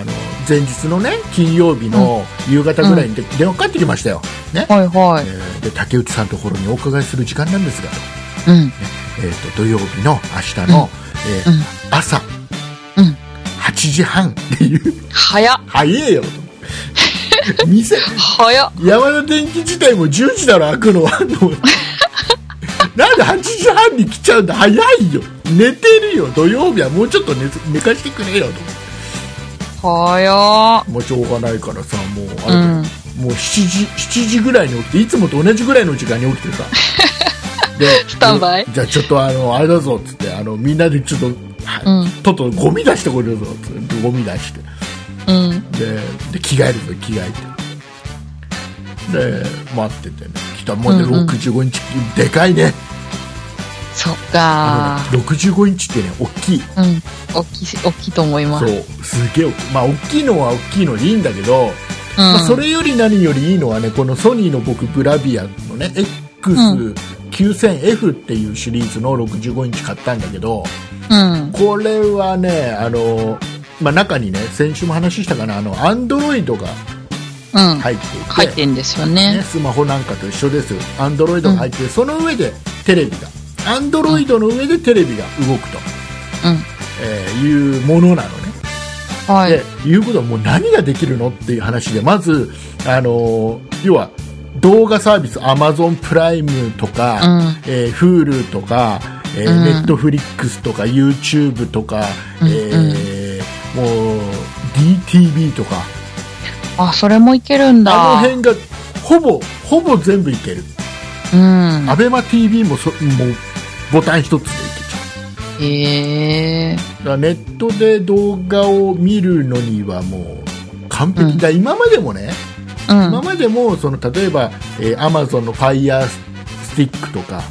[SPEAKER 2] 前日のね金曜日の夕方ぐらいにで電話かかってきましたよ、ね
[SPEAKER 1] いは
[SPEAKER 2] えーで竹内さんのところにお伺いする時間なんですがと,、
[SPEAKER 1] い。うん。
[SPEAKER 2] えーと土曜日の明日の、え
[SPEAKER 1] う
[SPEAKER 2] ー
[SPEAKER 1] ん
[SPEAKER 2] 朝
[SPEAKER 1] うん。
[SPEAKER 2] 8時半っていう
[SPEAKER 1] 早っ。
[SPEAKER 2] 早えよ 店
[SPEAKER 1] 早っ。
[SPEAKER 2] 山田電機自体も10時だろ開くのは なんで8時半に来ちゃうんだ早いよ寝てるよ土曜日はもうちょっと寝寝かしてくれよと
[SPEAKER 1] 早っ。
[SPEAKER 2] もうしょうがないからさもうあれだ
[SPEAKER 1] う
[SPEAKER 2] よ
[SPEAKER 1] ん。
[SPEAKER 2] もう7時 ,7 時ぐらいに起きていつもと同じぐらいの時間に起きてさ で
[SPEAKER 1] スタンバイ
[SPEAKER 2] じゃあちょっとあのあれだぞっつってあのみんなでちょっと、
[SPEAKER 1] うん
[SPEAKER 2] ちょっとゴミ出してこいよぞっつってゴミ出して
[SPEAKER 1] うん。
[SPEAKER 2] でで着替えるぞ着替えてで待っててね来たもうね、
[SPEAKER 1] うんうん
[SPEAKER 2] 65インチでかいね
[SPEAKER 1] そっか
[SPEAKER 2] あのね65インチってね大きい
[SPEAKER 1] ー。うん。大きいし、大きいと思いま
[SPEAKER 2] そ
[SPEAKER 1] す。
[SPEAKER 2] う
[SPEAKER 1] う
[SPEAKER 2] すげえ大きいまあ大きいのは大きいのでいいんだけど、まあ、
[SPEAKER 1] ん。
[SPEAKER 2] それより何よりいいのはねこのソニーの僕ブラビアのね X9000F っていうシリーズの65インチ買ったんだけど
[SPEAKER 1] うん。
[SPEAKER 2] これはねあの、まあ、中にね先週も話したかなあのアンドロイドが
[SPEAKER 1] うん。
[SPEAKER 2] 入っていて
[SPEAKER 1] 入ってんですよ
[SPEAKER 2] ね、
[SPEAKER 1] ね。
[SPEAKER 2] スマホなんかと一緒ですアンドロイドが入って、その上でテレビがアンドロイドの上でテレビが動くと、
[SPEAKER 1] うん。
[SPEAKER 2] えーいうものなのね、
[SPEAKER 1] はい。
[SPEAKER 2] でいうことはもう何ができるのっていう話でまず、あのー要は動画サービス Amazon プライムと
[SPEAKER 1] う
[SPEAKER 2] か、
[SPEAKER 1] ん。
[SPEAKER 2] えー Hulu とか、えー
[SPEAKER 1] うん
[SPEAKER 2] Netflix とか YouTube とか、
[SPEAKER 1] うん
[SPEAKER 2] えーもう DTV とか
[SPEAKER 1] あ、それもいけるんだ。
[SPEAKER 2] あの辺がほぼほぼ全部いける。
[SPEAKER 1] うん。
[SPEAKER 2] アベマ t v もそもうボタン一つでいけちゃ
[SPEAKER 1] へえ。
[SPEAKER 2] うだからネットで動画を見るのにはもう完璧だ、今までもね、
[SPEAKER 1] う
[SPEAKER 2] 今
[SPEAKER 1] ん。
[SPEAKER 2] までもその例えば、えー、Amazon の Fire スティックとか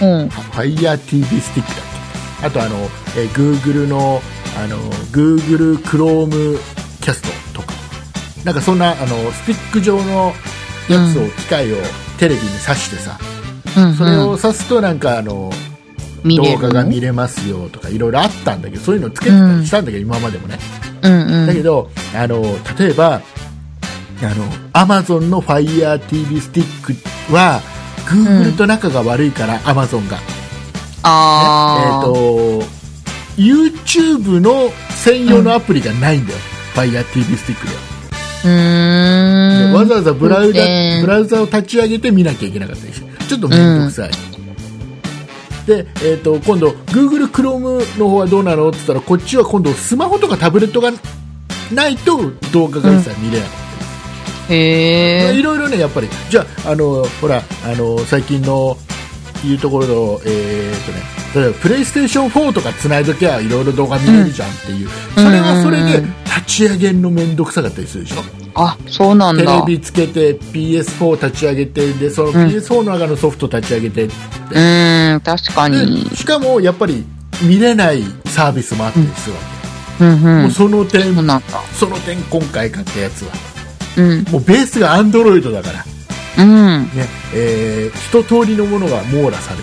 [SPEAKER 1] うん。
[SPEAKER 2] FireTV スティックだっけあとあの、えー Google のあの Google Chrome キャストとかなんかそんなあのスティック状のやつを、
[SPEAKER 1] う
[SPEAKER 2] 機械をテレビに挿してさ
[SPEAKER 1] うん。
[SPEAKER 2] それを挿すとなんかあの、
[SPEAKER 1] 見れ
[SPEAKER 2] 動
[SPEAKER 1] る
[SPEAKER 2] 画が見れますよとかいろいろあったんだけどそういうのつけてたりしたんだけど、今までもね
[SPEAKER 1] うんうん。
[SPEAKER 2] だけどあの例えばあの Amazon の FireTV スティックは Google と仲が悪いから、Amazon が、ね
[SPEAKER 1] ああ。
[SPEAKER 2] えっと YouTube の専用のアプリがないんだよ、FireTV スティックでは
[SPEAKER 1] うーん。
[SPEAKER 2] わざわざブラウザ、
[SPEAKER 1] えー
[SPEAKER 2] ブラウザを立ち上げて見なきゃいけなかったりして、ちょっと面倒くさい。で、えー、と今度、Google Chrome の方はどうなのって言ったら、こっちは今度、スマホとかタブレットがないと動画が一切見れない。
[SPEAKER 1] へ
[SPEAKER 2] い
[SPEAKER 1] え。
[SPEAKER 2] ろいろね、やっぱり、じゃあ、あのほら、あの最近のいうところの、えーとね、例えばプレイステーション4とかつないどきゃいろいろ動画見れるじゃんっていう、それはそれで立ち上げんの面倒くさかったりするでしょ。
[SPEAKER 1] あ、そうなん
[SPEAKER 2] テレ
[SPEAKER 1] だ。
[SPEAKER 2] ビつけて PS4 立ち上げてでその
[SPEAKER 1] ん
[SPEAKER 2] PS4 の中のソフト立ち上げて、
[SPEAKER 1] うーん、確かに。
[SPEAKER 2] でしかもやっぱり見れないサービスもあったりするわ
[SPEAKER 1] うん
[SPEAKER 2] け、
[SPEAKER 1] う
[SPEAKER 2] も
[SPEAKER 1] ん。
[SPEAKER 2] う
[SPEAKER 1] そ
[SPEAKER 2] その点
[SPEAKER 1] うなんだ。
[SPEAKER 2] その点今回買ったやつは
[SPEAKER 1] うん。
[SPEAKER 2] もうベースが Android だから、
[SPEAKER 1] うん。
[SPEAKER 2] ねえー一通りのものが網羅されて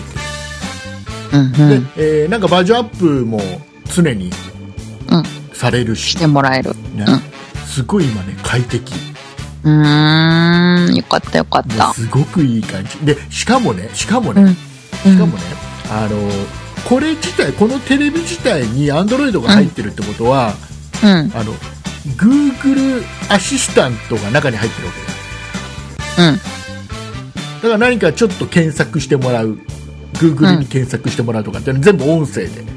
[SPEAKER 1] うんう
[SPEAKER 2] る
[SPEAKER 1] ん。
[SPEAKER 2] で、えーなんかバージョンアップも常に
[SPEAKER 1] うん
[SPEAKER 2] されるし
[SPEAKER 1] し、てもらえる。
[SPEAKER 2] ねすごい今ね快適
[SPEAKER 1] うーん。よかったよかっ
[SPEAKER 2] もう
[SPEAKER 1] た。
[SPEAKER 2] すごくいい感じでしかもねしかも
[SPEAKER 1] う
[SPEAKER 2] ね、
[SPEAKER 1] ん。う
[SPEAKER 2] しか
[SPEAKER 1] ん
[SPEAKER 2] もね、あのこれ自体このテレビ自体にアンドロイドが入ってるってことは、
[SPEAKER 1] うん。
[SPEAKER 2] あの Google アシスタントが中に入ってるわけだ
[SPEAKER 1] うん。
[SPEAKER 2] だから何かちょっと検索してもらう Google に検索してもらうとかって全部音声でだか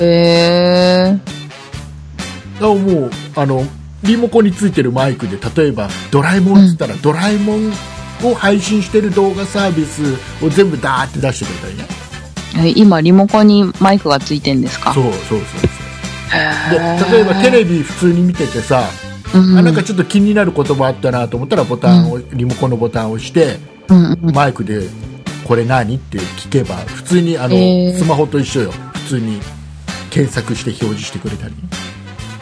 [SPEAKER 1] へえ。
[SPEAKER 2] らもうあのリモコンについてるマイクで例えば「ドラえもん」っつったら「ドラえもん」を配信してる動画サービスを全部ダーって出してくれたりね
[SPEAKER 1] え今、リモコンにマイクがついてんですか
[SPEAKER 2] そうそうそうそうで
[SPEAKER 1] で
[SPEAKER 2] 例えばテレビ普通に見ててさ
[SPEAKER 1] うん
[SPEAKER 2] あなんかちょっと気になる言葉あったなと思ったらボタンを、リモコンのボタンを押して
[SPEAKER 1] うんうん。
[SPEAKER 2] マイクで「これ何?」って聞けば普通にあの、
[SPEAKER 1] へー
[SPEAKER 2] スマホと一緒よ普通に検索して表示してくれたり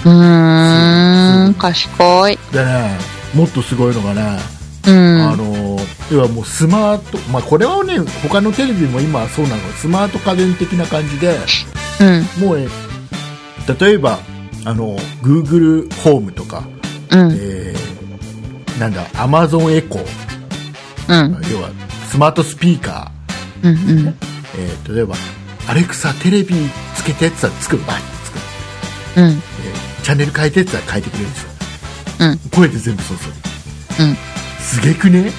[SPEAKER 1] うーん、賢い。
[SPEAKER 2] でねもっとすごいのがね、
[SPEAKER 1] うん。
[SPEAKER 2] あの要はもうスマート、まあ、これはね他のテレビも今はそうなのスマート家電的な感じで
[SPEAKER 1] うん。
[SPEAKER 2] もうえ例えばあの Google ホームとか、
[SPEAKER 1] うん。
[SPEAKER 2] えーなんだ Amazon エコー
[SPEAKER 1] うん。
[SPEAKER 2] 要はスマートスピーカ
[SPEAKER 1] うん。うん。
[SPEAKER 2] ー、えー例えば「アレクサテレビつけて」って言ったらつくバッてつく、
[SPEAKER 1] うん。
[SPEAKER 2] えーチャンネル変えてって言ったら変えてくれるんですよ
[SPEAKER 1] うん。
[SPEAKER 2] 声で全部そうそう
[SPEAKER 1] うん。
[SPEAKER 2] すげくね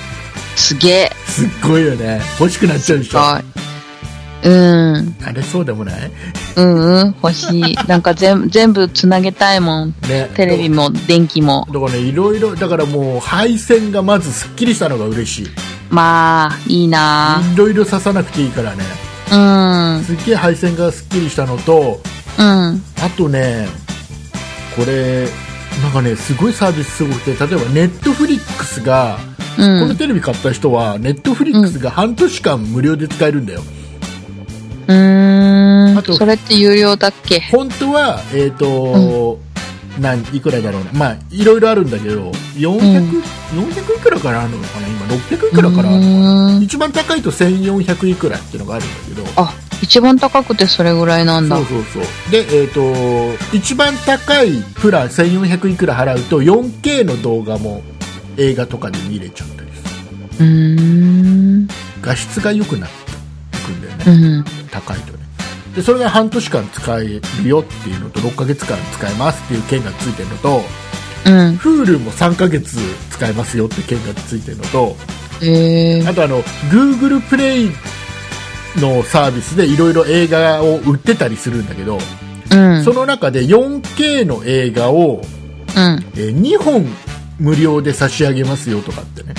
[SPEAKER 1] すげえ。
[SPEAKER 2] すっごいよね欲しくなっちゃうでしょ
[SPEAKER 1] はい。うん。
[SPEAKER 2] あれそうでもない
[SPEAKER 1] うんうん。欲し い。なんか全全部つなげたいもん。
[SPEAKER 2] ね
[SPEAKER 1] テレビも電気も。
[SPEAKER 2] だからねいろいろだからもう配線がまずすっきりしたのが嬉しいい
[SPEAKER 1] まあ、いいな
[SPEAKER 2] ろいろ刺さなくていいからね
[SPEAKER 1] うん。
[SPEAKER 2] すっげえ配線がすっきりしたのと
[SPEAKER 1] うん。
[SPEAKER 2] あとねこれなんかねすごいサービスすごくて例えばネットフリックスが、
[SPEAKER 1] う
[SPEAKER 2] この
[SPEAKER 1] ん。
[SPEAKER 2] テレビ買った人はネットフリックスが半年間無料で使えるんだよ、
[SPEAKER 1] うー
[SPEAKER 2] あと
[SPEAKER 1] ん。それって有料だっけ
[SPEAKER 2] 本当はえっ、と、なんいくらだろうなまあいろいろあるんだけど400、400いくらからあるのかな今600いくらからあるのか
[SPEAKER 1] う
[SPEAKER 2] な
[SPEAKER 1] ーん
[SPEAKER 2] 一番高いと1400いくらっていうのがあるんだけど
[SPEAKER 1] あ、一番高くてそれぐらいなんだ
[SPEAKER 2] そう。そうそうでえっ、と一番高いプラン1400いくら払うと 4K の動画も映画とかで見れちゃったりする
[SPEAKER 1] うーん。
[SPEAKER 2] 画質が良くなっていくんだよ
[SPEAKER 1] う
[SPEAKER 2] ね、
[SPEAKER 1] ん。
[SPEAKER 2] 高いとねでそれが半年間使えるよっていうのと6ヶ月間使えますっていう券がついてるのと
[SPEAKER 1] うん。
[SPEAKER 2] Hulu も3ヶ月使えますよって券がついてるのと
[SPEAKER 1] えー。
[SPEAKER 2] あとあの Google プレイのサービスでいろいろ映画を売ってたりするんだけど、
[SPEAKER 1] うん。
[SPEAKER 2] その中で 4K の映画
[SPEAKER 1] う
[SPEAKER 2] を、
[SPEAKER 1] ん。
[SPEAKER 2] えー2本無料で差し上げますよとかってね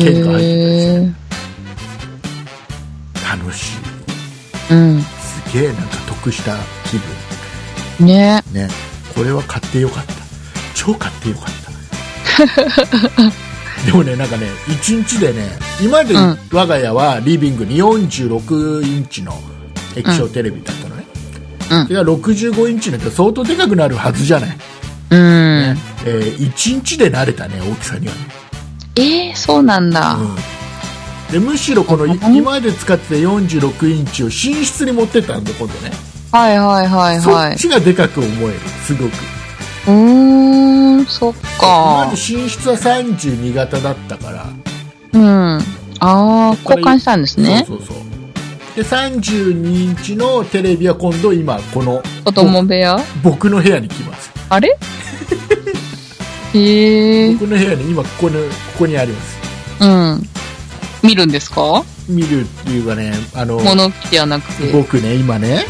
[SPEAKER 1] え
[SPEAKER 2] 券が入ってたり
[SPEAKER 1] ー。
[SPEAKER 2] して楽しい
[SPEAKER 1] うん。
[SPEAKER 2] すげえなんか得した気分
[SPEAKER 1] ね
[SPEAKER 2] ねこれは買ってよかった超買ってよかった でもねなんかね1日でね今まで
[SPEAKER 1] うん
[SPEAKER 2] 我が家はリビングに46インチの液晶テレビだったのね、
[SPEAKER 1] うん
[SPEAKER 2] それが65インチだけど相当でかくなるはずじゃない、
[SPEAKER 1] うん。
[SPEAKER 2] え1日で慣れたね大きさにはね
[SPEAKER 1] えー、そうなんだ。
[SPEAKER 2] うんでむしろこの
[SPEAKER 1] うん
[SPEAKER 2] 今まで使ってた46インチを寝室に持ってったんで今度ね、
[SPEAKER 1] はいはいはいは
[SPEAKER 2] そ
[SPEAKER 1] い
[SPEAKER 2] っ。ちがでかく思えるすごく
[SPEAKER 1] うーん、そっ
[SPEAKER 2] 今ま
[SPEAKER 1] か
[SPEAKER 2] で。寝室は32型だったから、
[SPEAKER 1] うん。ああー、
[SPEAKER 2] これ
[SPEAKER 1] 交換したんですね。
[SPEAKER 2] そうそうそうで32インチのテレビは今度今この
[SPEAKER 1] 子供部屋
[SPEAKER 2] 僕の部屋に来ます
[SPEAKER 1] あ れへえ。
[SPEAKER 2] 僕の部屋に今ここのここにあります
[SPEAKER 1] うん。見るんですか
[SPEAKER 2] 見るっていうかねあの
[SPEAKER 1] 物置ではなくて。
[SPEAKER 2] 僕ね今ね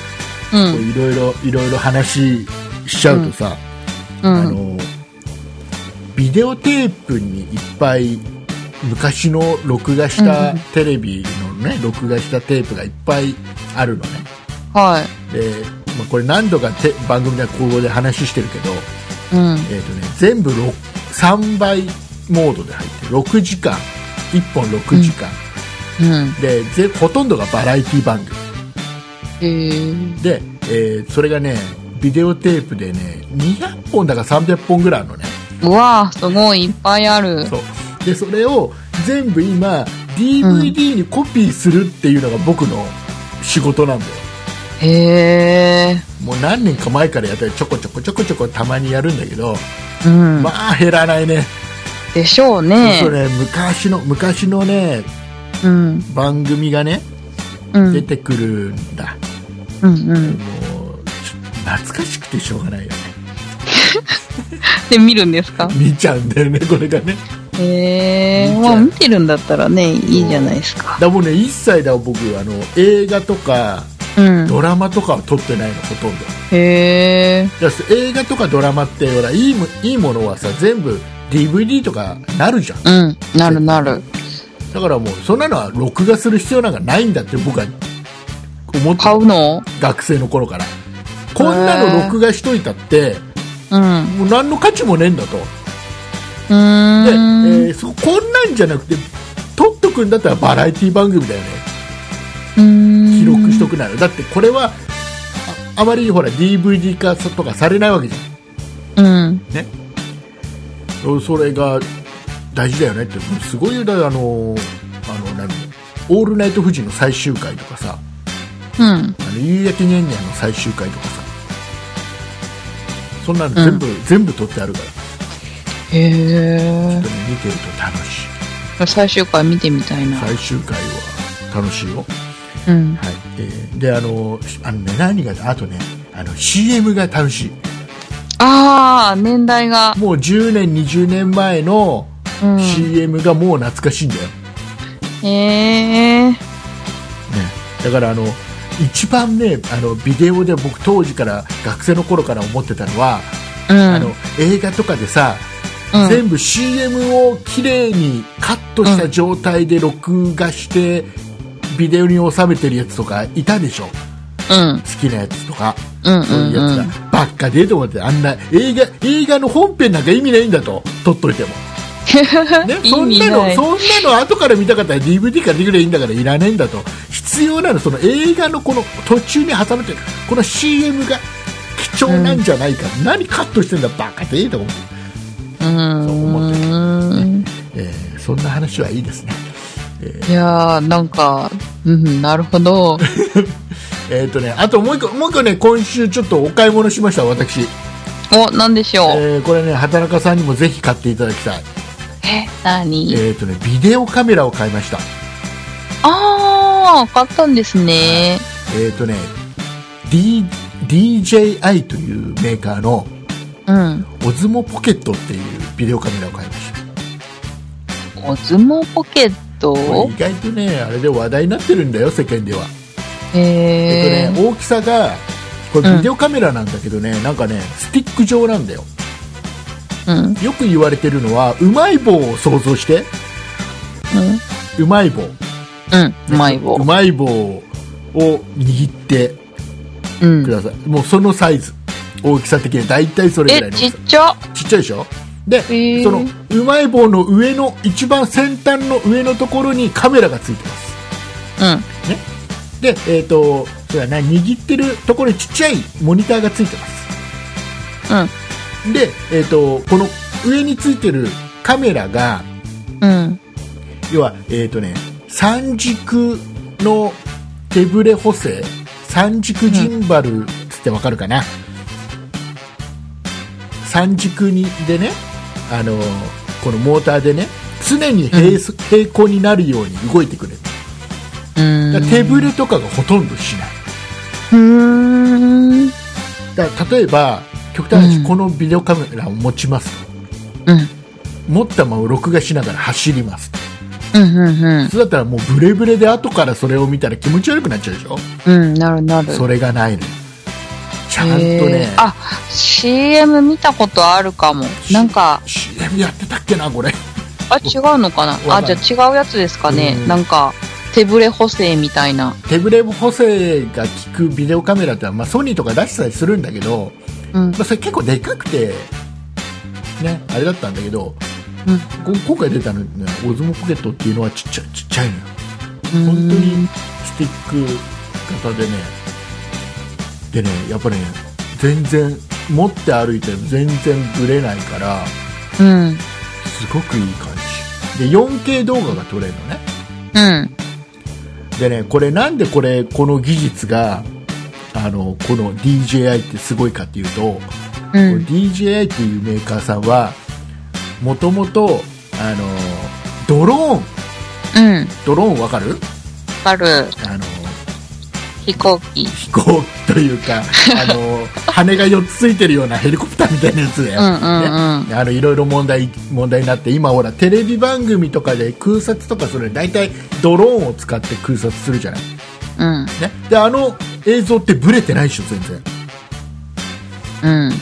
[SPEAKER 1] う。
[SPEAKER 2] こうんいろいろいろいろ話しちゃうとさ、
[SPEAKER 1] う
[SPEAKER 2] あ
[SPEAKER 1] ん。
[SPEAKER 2] のビデオテープにいっぱい昔の録画した
[SPEAKER 1] うん
[SPEAKER 2] テレビのね、録画したテープがいっぱいあるのね
[SPEAKER 1] は
[SPEAKER 2] で、まあ、これ何度かて番組ではここで話してるけど、
[SPEAKER 1] い。うん。
[SPEAKER 2] えーとね、全部ろく3倍モードで入ってる6時間1本6時間、
[SPEAKER 1] うん。
[SPEAKER 2] でぜほとんどがバラエティ番組
[SPEAKER 1] へえ。
[SPEAKER 2] で、えーそれがねビデオテープでね200本だか300本ぐらいあるのね
[SPEAKER 1] うわーすごいいっぱいある。
[SPEAKER 2] そうでそれを全部今 DVD にコピーするっていうのが僕の仕事なんだよ
[SPEAKER 1] へえ。
[SPEAKER 2] もう何年か前からやったりちょこちょこちょこちょこたまにやるんだけど、
[SPEAKER 1] うん。
[SPEAKER 2] まあ減らないね,、
[SPEAKER 1] でしょうね
[SPEAKER 2] そう。ね昔の昔のね
[SPEAKER 1] うん。
[SPEAKER 2] 番組がね
[SPEAKER 1] うん。
[SPEAKER 2] 出てくるんだ、
[SPEAKER 1] うんうん。
[SPEAKER 2] もうちょ懐かしくてしょうがないよね
[SPEAKER 1] で、見るんですか
[SPEAKER 2] 見ちゃうんだよねこれがね
[SPEAKER 1] へえ
[SPEAKER 2] 見ちゃう
[SPEAKER 1] まあ見てるんだったらねいいじゃないですか
[SPEAKER 2] だもうね一切だ僕あの映画とか
[SPEAKER 1] うん
[SPEAKER 2] ドラマとかは撮ってないのほとんど
[SPEAKER 1] へえ
[SPEAKER 2] だから映画とかドラマってほらいいもいいものはさ全部 DVD とかなるじゃん
[SPEAKER 1] うんなるなる
[SPEAKER 2] だからもうそんなのは録画する必要なんかないんだって僕は思って
[SPEAKER 1] 買うの
[SPEAKER 2] 学生の頃からこんなの録画しといたって
[SPEAKER 1] うんう
[SPEAKER 2] もう何の価値もねえんだとで、え
[SPEAKER 1] ーん
[SPEAKER 2] ーそこんなんじゃなくて撮っとくくんだったらバラエティ番組だよね
[SPEAKER 1] 記
[SPEAKER 2] 記録しとくならだってこれはああまりほら DVD 化とかされないわけじ
[SPEAKER 1] う
[SPEAKER 2] ゃ
[SPEAKER 1] ん
[SPEAKER 2] んそれが大事だよねってすごいよだからあのあの何「オールナイト富士」の最終回とかさ
[SPEAKER 1] うん
[SPEAKER 2] あの夕焼けにゃんにゃんの最終回とかさそんなの全部、全部撮ってあるから
[SPEAKER 1] へえ
[SPEAKER 2] でも見てると楽しい
[SPEAKER 1] 最終回見てみたいな
[SPEAKER 2] 最終回は楽しいよ、
[SPEAKER 1] うん
[SPEAKER 2] はいえーであのあのね何があとねあの CM が楽しい
[SPEAKER 1] ああ年代が
[SPEAKER 2] もう10年20年前の
[SPEAKER 1] うん
[SPEAKER 2] CM がもう懐かしいんだよ、ね、
[SPEAKER 1] へえ
[SPEAKER 2] だからあの一番ねあのビデオで僕当時から学生の頃から思ってたのは、
[SPEAKER 1] う
[SPEAKER 2] あ
[SPEAKER 1] ん
[SPEAKER 2] の映画とかでさ、
[SPEAKER 1] うん
[SPEAKER 2] 全部 CM をきれいにカットした状態で録画して、ビデオに収めてるやつとかいたでしょ好
[SPEAKER 1] うん
[SPEAKER 2] きなやつとか
[SPEAKER 1] うん
[SPEAKER 2] そういう
[SPEAKER 1] う
[SPEAKER 2] や
[SPEAKER 1] ん
[SPEAKER 2] つ
[SPEAKER 1] う
[SPEAKER 2] が
[SPEAKER 1] ん
[SPEAKER 2] ばっかでと思ってあんな映画映画の本編なんか意味ないんだと撮っと いても、ね、そん
[SPEAKER 1] 意味
[SPEAKER 2] な
[SPEAKER 1] な
[SPEAKER 2] の
[SPEAKER 1] い
[SPEAKER 2] そんなの後から見たかったら DVD からできればいいんだからいらねえんだと必要なのその映画のこの途中に挟めてるこの CM が貴重なんじゃないか、何カットしてんだバカでと思っ
[SPEAKER 1] う
[SPEAKER 2] て、
[SPEAKER 1] ん
[SPEAKER 2] そう思って
[SPEAKER 1] うん
[SPEAKER 2] えーそんな話はいいですね
[SPEAKER 1] いやーなんかうんなるほど
[SPEAKER 2] えっ、とねあともう一個もう一個ね今週ちょっとお買い物しました私、
[SPEAKER 1] おなんでしょう
[SPEAKER 2] えーこれね畑中さんにもぜひ買っていただきたい
[SPEAKER 1] え何
[SPEAKER 2] えっ、とねビデオカメラを買いました
[SPEAKER 1] ああ買ったんですね
[SPEAKER 2] えっ、とね、D、DJI というメーカーの
[SPEAKER 1] うん
[SPEAKER 2] オズモポケットっていうビデオカメラを買いました
[SPEAKER 1] お相撲ポケット
[SPEAKER 2] これ意外とねあれで話題になってるんだよ世間では、
[SPEAKER 1] へえ
[SPEAKER 2] えっとね、大きさがこ
[SPEAKER 1] う
[SPEAKER 2] れ
[SPEAKER 1] ん
[SPEAKER 2] ビデオカメラなんだけどね、なんかねスティック状なんだよ
[SPEAKER 1] うんうん
[SPEAKER 2] よく言われてるのはうまい棒を想像してうまい棒
[SPEAKER 1] うんうまい棒
[SPEAKER 2] うまい棒を握って
[SPEAKER 1] うん
[SPEAKER 2] ください、もうそのサイズ大きさ的に大体それぐら
[SPEAKER 1] え
[SPEAKER 2] いの
[SPEAKER 1] ち
[SPEAKER 2] 大きさ
[SPEAKER 1] っちゃ
[SPEAKER 2] ちっちゃいでしょで、
[SPEAKER 1] ー
[SPEAKER 2] そのうまい棒の上の一番先端の上のところにカメラがついてます
[SPEAKER 1] うん
[SPEAKER 2] でえっ、とそうだな握ってるところにちっちゃいモニターがついてますでえっ、とこの上についてるカメラが
[SPEAKER 1] うんうん
[SPEAKER 2] 要はえっ、とね三軸の手ブレ補正三軸ジンバルつってわかるかな、三軸にでねあのこのモーターでね常に平,、平行になるように動いてくれる
[SPEAKER 1] うん
[SPEAKER 2] だから手ブレとかがほとんどしないう
[SPEAKER 1] ーん
[SPEAKER 2] だから例えば極端に、
[SPEAKER 1] うん
[SPEAKER 2] このビデオカメラを持ちますと
[SPEAKER 1] うん
[SPEAKER 2] 持ったまま録画しながら走りますと
[SPEAKER 1] うんうん
[SPEAKER 2] そうだったらもうブレブレで後からそれを見たら気持ち悪くなっちゃうでしょ
[SPEAKER 1] うんうんなるなる
[SPEAKER 2] それがないのよちゃんと
[SPEAKER 1] へ
[SPEAKER 2] ね
[SPEAKER 1] ー、あ CM 見たことあるかもなんか
[SPEAKER 2] CM やってたっけなこれ
[SPEAKER 1] あ違うのかな
[SPEAKER 2] わか
[SPEAKER 1] あ
[SPEAKER 2] んない
[SPEAKER 1] じゃあ違うやつですかね
[SPEAKER 2] うん
[SPEAKER 1] なんか手ぶれ補正みたいな
[SPEAKER 2] 手ブレ補正が効くビデオカメラってのは、まあ、ソニーとか出してたりするんだけど、
[SPEAKER 1] うん
[SPEAKER 2] まあ、それ結構でかくてねあれだったんだけど、
[SPEAKER 1] うん
[SPEAKER 2] こ今回出たのねオズモポケットっていうのはちっちゃいちっちゃいのよ
[SPEAKER 1] うん
[SPEAKER 2] 本当にスティック型でねでねやっぱりね全然持って歩いても全然ブレないから
[SPEAKER 1] うん
[SPEAKER 2] すごくいい感じで 4K 動画が撮れるのね
[SPEAKER 1] うん
[SPEAKER 2] でねこれなんでこれこの技術があのこの DJI ってすごいかっていうと、こ
[SPEAKER 1] う
[SPEAKER 2] の
[SPEAKER 1] ん
[SPEAKER 2] DJI っていうメーカーさんはもともとあのドローン
[SPEAKER 1] うんわ
[SPEAKER 2] ドローンわかる
[SPEAKER 1] かる
[SPEAKER 2] あの
[SPEAKER 1] 飛行機
[SPEAKER 2] 飛行機という かあの羽が4つついてるようなヘリコプターみたいなやつだ
[SPEAKER 1] う
[SPEAKER 2] よ、
[SPEAKER 1] んうん
[SPEAKER 2] ねあのいろいろ問題問題になって今ほらテレビ番組とかで空撮とかそれ大体ドローンを使って空撮するじゃない
[SPEAKER 1] うん
[SPEAKER 2] ね、であの映像ってブレてないでしょ全然
[SPEAKER 1] うん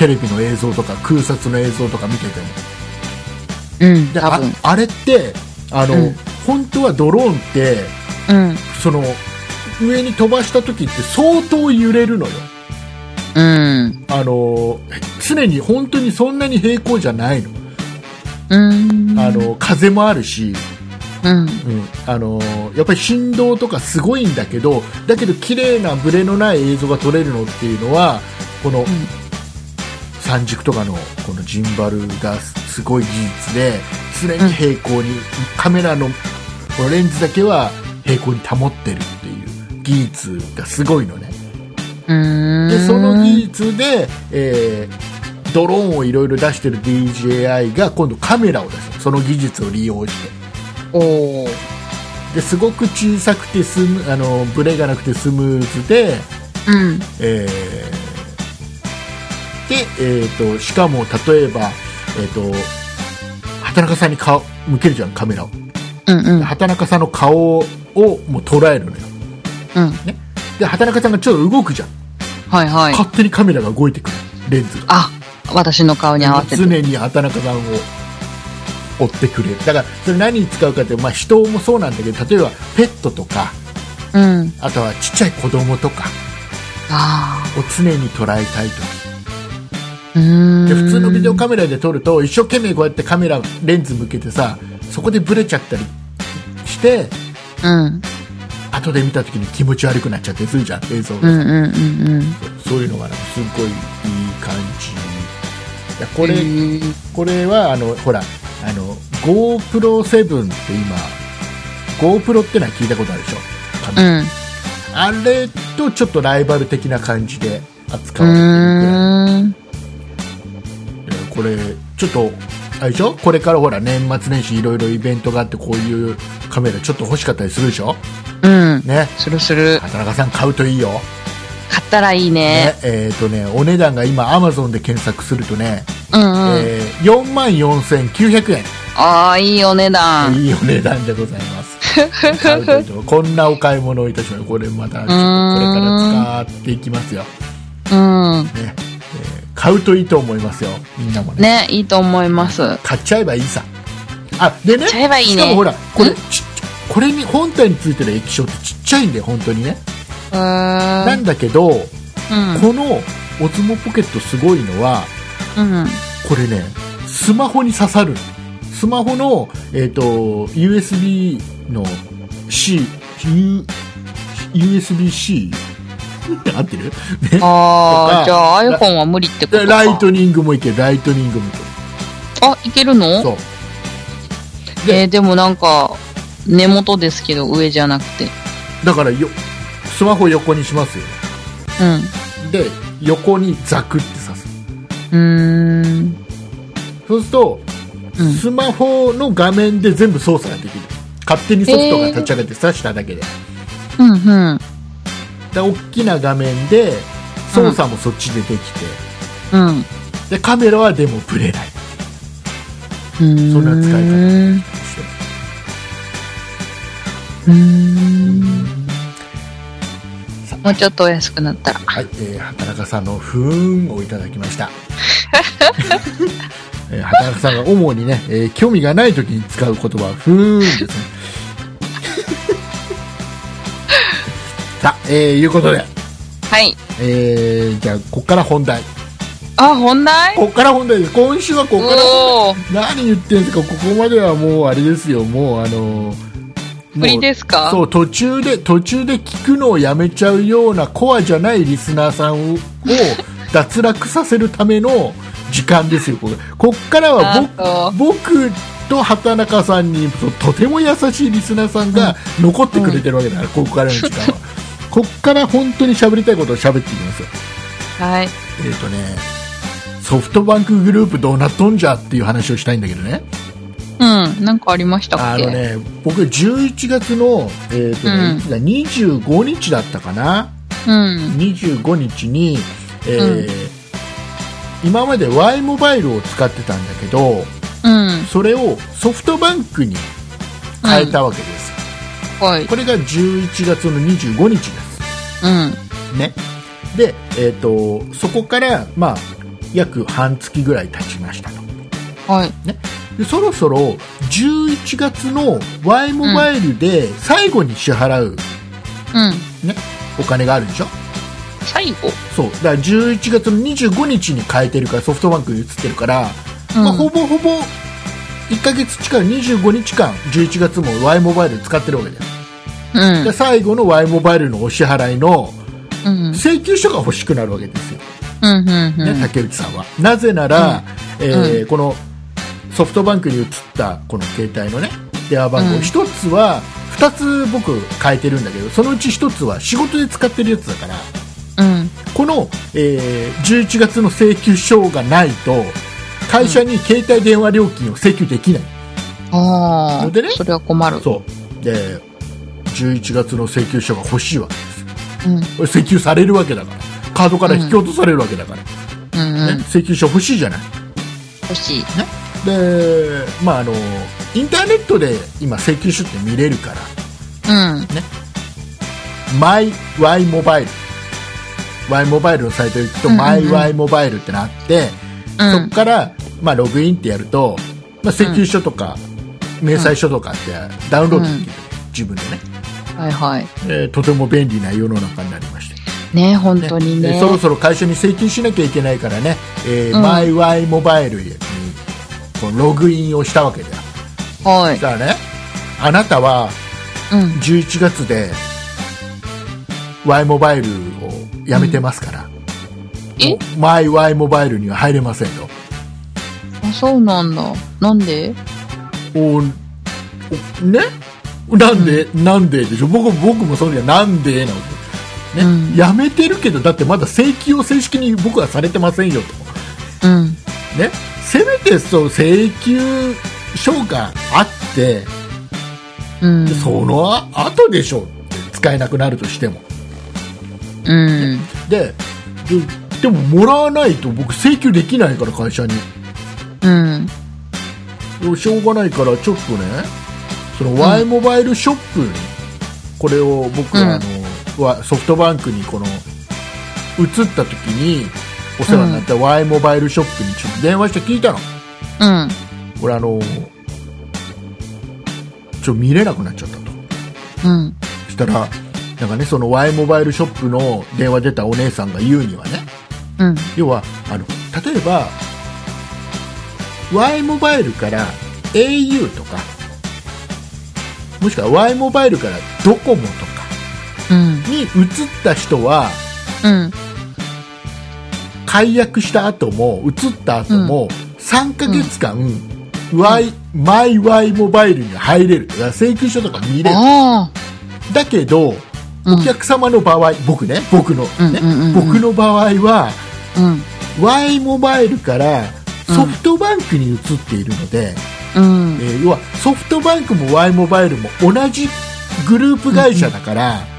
[SPEAKER 2] テレビの映像とか空撮の映像とか見てても
[SPEAKER 1] うん
[SPEAKER 2] で
[SPEAKER 1] 多
[SPEAKER 2] あ
[SPEAKER 1] 分
[SPEAKER 2] あれってあの、
[SPEAKER 1] うん
[SPEAKER 2] 本当はドローンって
[SPEAKER 1] うん
[SPEAKER 2] その上に飛ばした時って相当揺れるのよ
[SPEAKER 1] うん
[SPEAKER 2] あの常に本当にそんなに平行じゃないの,、
[SPEAKER 1] うん
[SPEAKER 2] あの風もあるし
[SPEAKER 1] うん。
[SPEAKER 2] うんあのーやっぱり振動とかすごいんだけどだけど綺麗なブレのない映像が撮れるのっていうのはこの三軸とかのこのジンバルがすごい技術で常に平行に、カメラのこのレンズだけは平行に保ってるっていう技術がすごいのね。
[SPEAKER 1] うん。
[SPEAKER 2] でその技術で、えードローンをいろいろ出してる DJI が今度カメラを出すその技術を利用して
[SPEAKER 1] おー
[SPEAKER 2] ですごく小さくてスムあのブレがなくてスムーズで、
[SPEAKER 1] うん。
[SPEAKER 2] えーで、えー、としかも例えば、えー、と畑中さんに顔向けるじゃんカメラを
[SPEAKER 1] うんうん。
[SPEAKER 2] 畑中さんの顔をもう捉えるのよ
[SPEAKER 1] うん。
[SPEAKER 2] で畑中さんがちょっと動くじゃん、
[SPEAKER 1] はいはい。
[SPEAKER 2] 勝手にカメラが動いてくるレンズが
[SPEAKER 1] あ、私の顔に合わせて。
[SPEAKER 2] 常に畑中さんを追ってくれるだからそれ何に使うかって、まあ、人もそうなんだけど例えばペットとか
[SPEAKER 1] うん。
[SPEAKER 2] あとはちっちゃい子供とか
[SPEAKER 1] あ
[SPEAKER 2] を常に捉えたいと
[SPEAKER 1] あ。うーん。
[SPEAKER 2] で普通のビデオカメラで撮ると一生懸命こうやってカメラレンズ向けてさそこでブレちゃったりして
[SPEAKER 1] うん。
[SPEAKER 2] 後で見た時に気持ち悪くなっちゃってするじゃん映像
[SPEAKER 1] う
[SPEAKER 2] が、
[SPEAKER 1] んうんうんうん。
[SPEAKER 2] そういうのがなんかすっごいいい感じいやこ
[SPEAKER 1] こ
[SPEAKER 2] れ、
[SPEAKER 1] うん
[SPEAKER 2] これはあのほらあの GoPro7 って今 GoPro ってのは聞いたことあるでしょ、カメラ
[SPEAKER 1] う
[SPEAKER 2] あれとちょっとライバル的な感じで扱われてるぐらい
[SPEAKER 1] ーん。
[SPEAKER 2] うんこれちょっとあれでしょこれからほら年末年始いろいろイベントがあってこういうカメラちょっと欲しかったりするでしょ
[SPEAKER 1] うん。
[SPEAKER 2] ね
[SPEAKER 1] するする。
[SPEAKER 2] 畑中さん買うといいよ、
[SPEAKER 1] 買ったらいいね
[SPEAKER 2] ね。えっ、とねお値段が今アマゾンで検索するとね、
[SPEAKER 1] うんうん。
[SPEAKER 2] えー、4万4900円
[SPEAKER 1] ああ、いいお値段。
[SPEAKER 2] いいお値段でござ います。買うといいと思うこんなお買い物をいたしましょう。これまた、これから使っていきますよ。
[SPEAKER 1] うん。
[SPEAKER 2] ね、えー買うといいと思いますよ。みんなも
[SPEAKER 1] ね、
[SPEAKER 2] ね。
[SPEAKER 1] いいと思います。
[SPEAKER 2] 買っちゃえばいいさ。あ、でね。
[SPEAKER 1] 買っちゃえばいいね
[SPEAKER 2] しかもほら、これ、
[SPEAKER 1] ん
[SPEAKER 2] ちっちゃこれに、本体についてる液晶ってちっちゃいんで、本当にね。
[SPEAKER 1] うー
[SPEAKER 2] なん
[SPEAKER 1] ん。
[SPEAKER 2] だけど、こ
[SPEAKER 1] うん。
[SPEAKER 2] の、オズモポケットすごいのは、
[SPEAKER 1] うん。
[SPEAKER 2] これね、スマホに刺さるの。スマホの、えっ、と、USB の C、U、USB-C? 合ってるね。
[SPEAKER 1] あ
[SPEAKER 2] とか
[SPEAKER 1] あ、じゃあ iPhone は無理ってこと
[SPEAKER 2] で
[SPEAKER 1] か。
[SPEAKER 2] ライトニングもいける、ライトニングもいける。
[SPEAKER 1] あ、いけるの
[SPEAKER 2] そう。
[SPEAKER 1] えーでもなんか、根元ですけど、上じゃなくて。
[SPEAKER 2] だからよ、スマホ横にしますよ。
[SPEAKER 1] うん。
[SPEAKER 2] で、横にザクって刺す。
[SPEAKER 1] うーん。
[SPEAKER 2] そうすると、
[SPEAKER 1] うん
[SPEAKER 2] スマホの画面で全部操作ができる。勝手にソフトが立ち上げて刺しただけで。
[SPEAKER 1] うん、うん。
[SPEAKER 2] で大きな画面で、操作もそっちでできて。
[SPEAKER 1] うん。う
[SPEAKER 2] でカメラはでもブレない
[SPEAKER 1] ーん。
[SPEAKER 2] そんな使い方
[SPEAKER 1] うーん。もうちょっとお安くなったら。
[SPEAKER 2] はい、えー、畑中さんの不運をいただきま したえー畑中さんが主にね、えー興味がない時に使う言葉不 運ですねさあ、えー、いうことで、
[SPEAKER 1] はい。
[SPEAKER 2] えー、じゃあこっから本題
[SPEAKER 1] あ、本題
[SPEAKER 2] こっから本題です今週はこっから
[SPEAKER 1] おー。
[SPEAKER 2] 何言ってんですかここまではもうあれですよもうあのー
[SPEAKER 1] 振
[SPEAKER 2] も
[SPEAKER 1] り
[SPEAKER 2] う
[SPEAKER 1] ですか
[SPEAKER 2] そう途中で途中で聞くのをやめちゃうようなコアじゃないリスナーさんをを脱落させるための時間ですよこれこっからは
[SPEAKER 1] あ
[SPEAKER 2] 僕僕と畑中さんにととても優しいリスナーさんが残ってくれてるわけだから、ここからの時間はこっから本当に喋りたいことを喋っていきますよ
[SPEAKER 1] はい。
[SPEAKER 2] えっ、とねソフトバンクグループどうなっとんじゃっていう話をしたいんだけどね
[SPEAKER 1] うん。なんかありました
[SPEAKER 2] あ
[SPEAKER 1] っけ
[SPEAKER 2] のね、僕11月の、えーとね
[SPEAKER 1] うん
[SPEAKER 2] いつだ25日だったかな、
[SPEAKER 1] うん。
[SPEAKER 2] 25日に、えー今まで Y モバイルを使ってたんだけど、
[SPEAKER 1] うん。
[SPEAKER 2] それをソフトバンクに変えたわけです。
[SPEAKER 1] はい。
[SPEAKER 2] これが11月の25日です。
[SPEAKER 1] うん。
[SPEAKER 2] ね。で、えー、とそこから、まあ、約半月ぐらい経ちましたと。
[SPEAKER 1] はい。
[SPEAKER 2] でそろそろ11月の Y モバイルで最後に支払う、
[SPEAKER 1] うん。
[SPEAKER 2] ね、お金があるでしょ
[SPEAKER 1] 最後
[SPEAKER 2] そうだから11月の25日に変えてるからソフトバンクに移ってるから、
[SPEAKER 1] うん
[SPEAKER 2] まあ、ほぼほぼ1ヶ月近い25日間11月も Y モバイル使ってるわけだよ、
[SPEAKER 1] うん
[SPEAKER 2] で最後の Y モバイルのお支払いの
[SPEAKER 1] うん
[SPEAKER 2] 請求書が欲しくなるわけですよ、
[SPEAKER 1] うんうんう
[SPEAKER 2] ね
[SPEAKER 1] ん
[SPEAKER 2] 竹内さんはなぜなら、えーこのソフトバンクに移ったこの携帯のね電話番
[SPEAKER 1] う
[SPEAKER 2] 号、
[SPEAKER 1] ん
[SPEAKER 2] 1つは2つ僕変えてるんだけどそのうち1つは仕事で使ってるやつだから
[SPEAKER 1] うん
[SPEAKER 2] この、えー11月の請求書がないと会社に携帯電話料金を請求できない、
[SPEAKER 1] ああ
[SPEAKER 2] でね
[SPEAKER 1] それは困る
[SPEAKER 2] そうで11月の請求書が欲しいわけですよ
[SPEAKER 1] うんうん
[SPEAKER 2] これ請求されるわけだからカードから引き落とされるわけだから、
[SPEAKER 1] うん
[SPEAKER 2] ね、請求書欲しいじゃない
[SPEAKER 1] 欲しい
[SPEAKER 2] でまああのインターネットで今請求書って見れるから
[SPEAKER 1] うん
[SPEAKER 2] マイ Y モバイル Y モバイルのサイト行くと、
[SPEAKER 1] うんうんうん
[SPEAKER 2] マイ Y モバイルってなって、
[SPEAKER 1] うん
[SPEAKER 2] そこから、まあ、ログインってやると、まあ、請求書とか、明細書とかってダウンロードできる、自分でね、
[SPEAKER 1] はいはい
[SPEAKER 2] えーとても便利な世の中になりました
[SPEAKER 1] ね本当に
[SPEAKER 2] え
[SPEAKER 1] ね
[SPEAKER 2] ーそろそろ会社に請求しなきゃいけないからね、えー
[SPEAKER 1] うん
[SPEAKER 2] マイ Y モバイルにこうログインをしたわけだよ
[SPEAKER 1] はい
[SPEAKER 2] だからねあなたは
[SPEAKER 1] うん
[SPEAKER 2] 11月で Y モバイルをやめてますから、
[SPEAKER 1] え
[SPEAKER 2] マイ Y モバイルには入れませんと
[SPEAKER 1] あそうなんだなんで
[SPEAKER 2] おおねなんで、なんででしょ僕僕もそれじゃなんでなわけね、
[SPEAKER 1] うん
[SPEAKER 2] やめてるけどだってまだ請求を正式に僕はされてませんよと
[SPEAKER 1] うん
[SPEAKER 2] ねせめてそう請求書があって
[SPEAKER 1] うん
[SPEAKER 2] その後でしょうって使えなくなるとしても
[SPEAKER 1] うん
[SPEAKER 2] でででももらわないと僕請求できないから会社に
[SPEAKER 1] うん
[SPEAKER 2] でもしょうがないからちょっとねその Y モバイルショップにこれを
[SPEAKER 1] う
[SPEAKER 2] 僕
[SPEAKER 1] ん
[SPEAKER 2] はあの、わソフトバンクにこの移った時にお世話になった Y モバイルショップにちょっと電話して聞いたの
[SPEAKER 1] うん
[SPEAKER 2] 俺あのちょ見れなくなっちゃったと
[SPEAKER 1] うん
[SPEAKER 2] そしたらなんかねその Y モバイルショップの電話出たお姉さんが言うにはね
[SPEAKER 1] うん
[SPEAKER 2] 要はあの例えば Y モバイルから au とかもしくは Y モバイルからドコモとか
[SPEAKER 1] うん
[SPEAKER 2] に移った人は
[SPEAKER 1] うん
[SPEAKER 2] 解約した後も移った後も3ヶ月間、y マイ Y モバイルに入れるだから請求書とか見れる
[SPEAKER 1] あ
[SPEAKER 2] だけど
[SPEAKER 1] あうん
[SPEAKER 2] お客様の場合、僕ね僕のね、
[SPEAKER 1] うんうんうんうん
[SPEAKER 2] 僕の場合は
[SPEAKER 1] うん
[SPEAKER 2] Y モバイルからソフトバンクに移っているので、
[SPEAKER 1] うん
[SPEAKER 2] えー要はソフトバンクも Y モバイルも同じグループ会社だから、
[SPEAKER 1] うん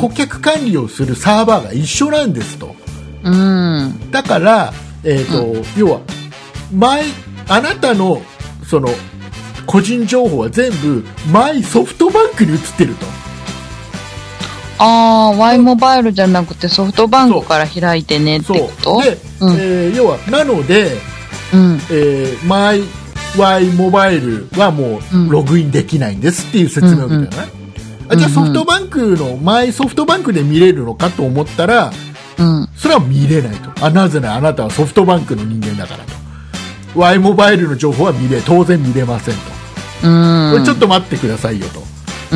[SPEAKER 2] 顧客管理をするサーバーが一緒なんですと
[SPEAKER 1] うん
[SPEAKER 2] だから、えーと要は前あなたのその個人情報は全部マイソフトバンクに移ってると
[SPEAKER 1] ああ Y モバイルじゃなくてソフトバンクから開いてねって
[SPEAKER 2] そう
[SPEAKER 1] こと
[SPEAKER 2] で、
[SPEAKER 1] うん
[SPEAKER 2] えー要はなので、
[SPEAKER 1] うん
[SPEAKER 2] えーマイ Y モバイルはも
[SPEAKER 1] うん
[SPEAKER 2] うログインできないんですっていう説明を受けたよね、あじゃあ
[SPEAKER 1] うんうん
[SPEAKER 2] ソフトバンクのマイソフトバンクで見れるのかと思ったら
[SPEAKER 1] うん
[SPEAKER 2] それは見れないとあなぜならあなたはソフトバンクの人間だからと Y モバイルの情報は見れ当然見れませんと、こ
[SPEAKER 1] う
[SPEAKER 2] れ
[SPEAKER 1] ん
[SPEAKER 2] ちょっと待ってくださいよと、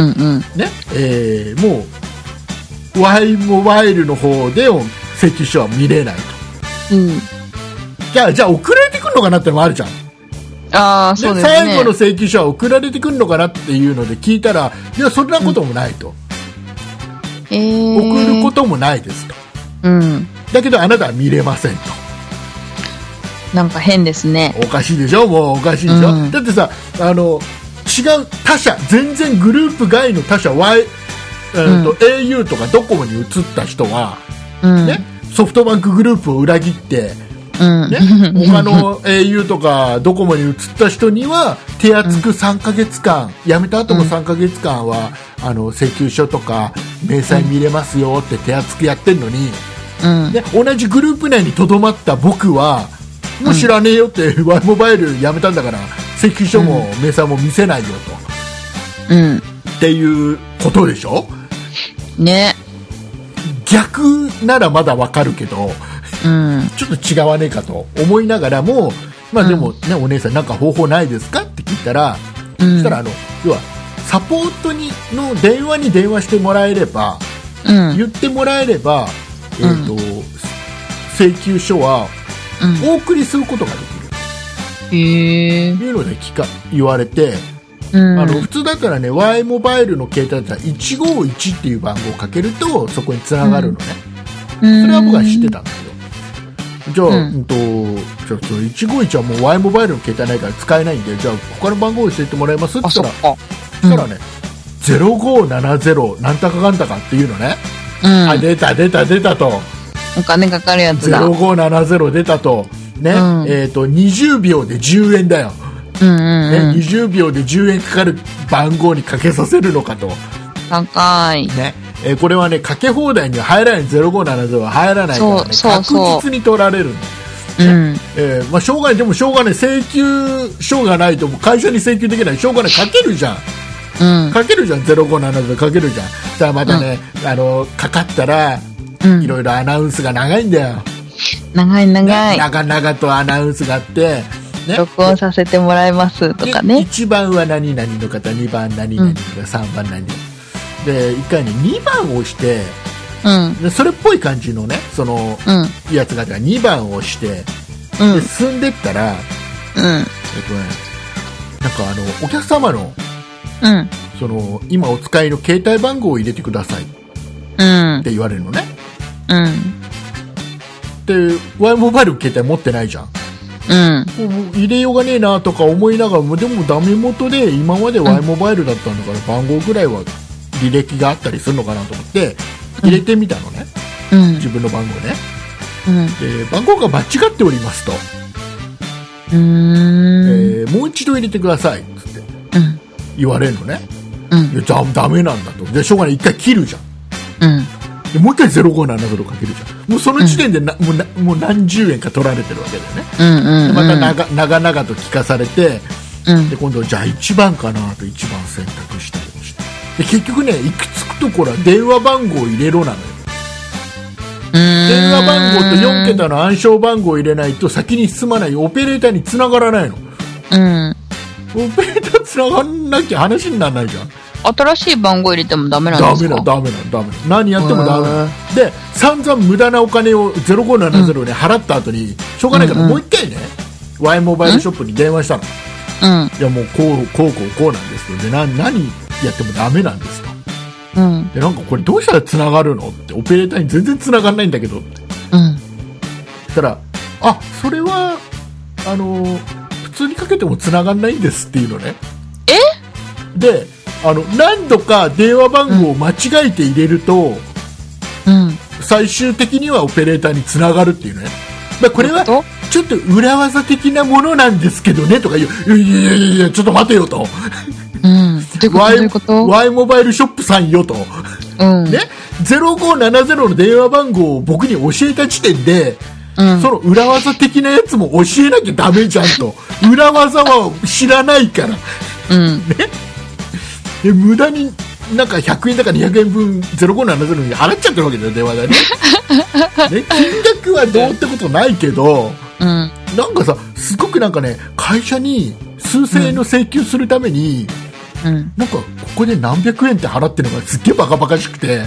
[SPEAKER 1] うんうん
[SPEAKER 2] ねえーもう Y モバイルの方でも請求書は見れないと
[SPEAKER 1] うん
[SPEAKER 2] じゃあじゃあ送られてくるのかなってのもあるじゃん
[SPEAKER 1] ああ
[SPEAKER 2] で
[SPEAKER 1] そうですね
[SPEAKER 2] 最後の請求書は送られてくるのかなっていうので聞いたらいやそんなこともないと、
[SPEAKER 1] えー
[SPEAKER 2] 送ることもないですと
[SPEAKER 1] うん
[SPEAKER 2] だけどあなたは見れませんと
[SPEAKER 1] なんか変ですね
[SPEAKER 2] おかしいでしょもうおかしいでしょ、
[SPEAKER 1] うん
[SPEAKER 2] だってさあの違う他社全然グループ外の他社 Y、えーと
[SPEAKER 1] う
[SPEAKER 2] au とかドコモに移った人は、
[SPEAKER 1] うん
[SPEAKER 2] ねソフトバンクグループを裏切って、
[SPEAKER 1] うん
[SPEAKER 2] ね、他の au とかドコモに移った人には手厚く3ヶ月間、辞めた後も3ヶ月間は、あの請求書とか明細見れますよって手厚くやってるのに、
[SPEAKER 1] うん
[SPEAKER 2] ね、同じグループ内にとどまった僕はもう知らねえよって Y モバイル辞めたんだから請求書も明細も見せないよと、
[SPEAKER 1] うん
[SPEAKER 2] っていうことでしょ
[SPEAKER 1] ね
[SPEAKER 2] 逆ならまだわかるけど。
[SPEAKER 1] うん
[SPEAKER 2] ちょっと違わねえかと思いながらも、まあでもね、お姉さんなんか方法ないですかって聞ったら、
[SPEAKER 1] う
[SPEAKER 2] そ
[SPEAKER 1] ん
[SPEAKER 2] したらあの要はサポートにの電話に電話してもらえれば、
[SPEAKER 1] うん
[SPEAKER 2] 言ってもらえれば、えーと請求書は
[SPEAKER 1] うん
[SPEAKER 2] お送りすることができる
[SPEAKER 1] へえ
[SPEAKER 2] っていうので聞か言われて、
[SPEAKER 1] うん
[SPEAKER 2] あの普通だからね Y モバイルの携帯だったら151っていう番号をかけるとそこに繋がるのね、それは僕は知ってたんだけどじゃあ、う
[SPEAKER 1] うん
[SPEAKER 2] んと、じゃあその151はもう Y モバイルの携帯ないから使えないんでじゃあ他の番号教えてもらえますって
[SPEAKER 1] あ
[SPEAKER 2] 言った
[SPEAKER 1] そ
[SPEAKER 2] ら
[SPEAKER 1] っか
[SPEAKER 2] そしたらね、0570なんたかかんたかっていうのね、
[SPEAKER 1] うん
[SPEAKER 2] あ出た出た出たと
[SPEAKER 1] お金かかるやつだうん
[SPEAKER 2] 0570出たとね、
[SPEAKER 1] うん
[SPEAKER 2] えっ、と20秒で10円だよ、
[SPEAKER 1] うん
[SPEAKER 2] ね
[SPEAKER 1] うん
[SPEAKER 2] 20秒で10円かかる番号にかけさせるのかと、
[SPEAKER 1] 高い
[SPEAKER 2] ねえーこれはねかけ放題には入らない0570は入らないか
[SPEAKER 1] そ
[SPEAKER 2] ら、ね、
[SPEAKER 1] うそうそう
[SPEAKER 2] 確実に取られるの
[SPEAKER 1] うん
[SPEAKER 2] えーまあ、しょうがないでもしょうがない請求書がないともう会社に請求できないしょうがないかけるじゃん
[SPEAKER 1] うん
[SPEAKER 2] かけるじゃん0570かけるじゃんさあまたね、あのかかったら
[SPEAKER 1] うん
[SPEAKER 2] いろいろアナウンスが長いんだよ、
[SPEAKER 1] 長い長
[SPEAKER 2] ね
[SPEAKER 1] い
[SPEAKER 2] 長々とアナウンスがあって、ね、
[SPEAKER 1] 録音させてもらいますとか
[SPEAKER 2] で
[SPEAKER 1] ね
[SPEAKER 2] 1番は何々の方2番何々の方、3番何々で1回に2番を押して
[SPEAKER 1] うん
[SPEAKER 2] でそれっぽい感じのねその
[SPEAKER 1] うんうん
[SPEAKER 2] やつが2番を押してで進んでった
[SPEAKER 1] う
[SPEAKER 2] ら、
[SPEAKER 1] ん
[SPEAKER 2] えっとね、なんかあのお客様の
[SPEAKER 1] うん
[SPEAKER 2] その今お使いの携帯番号を入れてくださいっ
[SPEAKER 1] うん
[SPEAKER 2] て言われるのね
[SPEAKER 1] うん
[SPEAKER 2] で Y モバイル携帯持ってないじゃん
[SPEAKER 1] うん
[SPEAKER 2] もう入れようがねえなとか思いながらもでもダメ元で今まで Y モバイルだったんだから番号ぐらいは履歴があったりするのかなと思って入れてみたのね
[SPEAKER 1] うん
[SPEAKER 2] 自分の番号ね
[SPEAKER 1] うん
[SPEAKER 2] で番号が間違っておりますと、
[SPEAKER 1] うーん
[SPEAKER 2] えーもう一度入れてくださいっつって
[SPEAKER 1] うん
[SPEAKER 2] 言われるのね
[SPEAKER 1] うん
[SPEAKER 2] でじゃあダメなんだとでしょうがない一回切るじゃん
[SPEAKER 1] うん
[SPEAKER 2] でもう一回0570かけるじゃんもうその時点でな、もうなもう何十円か取られてるわけだよね
[SPEAKER 1] うんうん
[SPEAKER 2] で
[SPEAKER 1] うん
[SPEAKER 2] また長長々と聞かされて
[SPEAKER 1] うん
[SPEAKER 2] で今度じゃあ1番かなと1番選択したりしてで結局ね行き着くところは電話番号を入れろなのよ電
[SPEAKER 1] 電
[SPEAKER 2] 話番号と4桁の暗証番号を入れないと先に進まないオペレーターに繋がらないの
[SPEAKER 1] うん
[SPEAKER 2] オペレーター繋がんなきゃ話にならないじゃん
[SPEAKER 1] 新しい番号入れてもダメなん
[SPEAKER 2] ダ
[SPEAKER 1] で
[SPEAKER 2] メ
[SPEAKER 1] す
[SPEAKER 2] だ
[SPEAKER 1] か
[SPEAKER 2] ダメだダメだ何やってもダメ
[SPEAKER 1] う
[SPEAKER 2] だ
[SPEAKER 1] ん
[SPEAKER 2] で散々無駄なお金を0570で払った後に、しょうがないから
[SPEAKER 1] うんうん
[SPEAKER 2] もう一回ね、Y モバイルショップに電話したの、
[SPEAKER 1] うん
[SPEAKER 2] いやもうこうこうこうこうなんですよでな何やってもダメなんですと
[SPEAKER 1] うん
[SPEAKER 2] でなんかこれどうしたら繋がるのってオペレーターに全然繋がんないんだけどって
[SPEAKER 1] うん
[SPEAKER 2] そしたらあそれはあの普通にかけても繋がんないんですっていうのね
[SPEAKER 1] え
[SPEAKER 2] であの何度か電話番号を間違えて入れると、
[SPEAKER 1] うん
[SPEAKER 2] 最終的にはオペレーターに繋がるっていうねだからこれは
[SPEAKER 1] どういうこ
[SPEAKER 2] ちょっと裏技的なものなんですけどねとか言ういやいやいやいやちょっと待てよと
[SPEAKER 1] うんどういうことどういうこと
[SPEAKER 2] Y モバイルショップさんよと、
[SPEAKER 1] うん
[SPEAKER 2] ね、0570の電話番号を僕に教えた時点で、
[SPEAKER 1] うん
[SPEAKER 2] その裏技的なやつも教えなきゃダメじゃんと裏技は知らないから
[SPEAKER 1] うん
[SPEAKER 2] で無駄になんか100円だか200円分0570に払っちゃってるわけだよ電話 代ねね金額はどうってことないけど
[SPEAKER 1] うん
[SPEAKER 2] なんかさすごくなんかね会社に数千円の請求するために、
[SPEAKER 1] うん
[SPEAKER 2] なんかここで何百円って払ってるのがすっげえバカバカしく て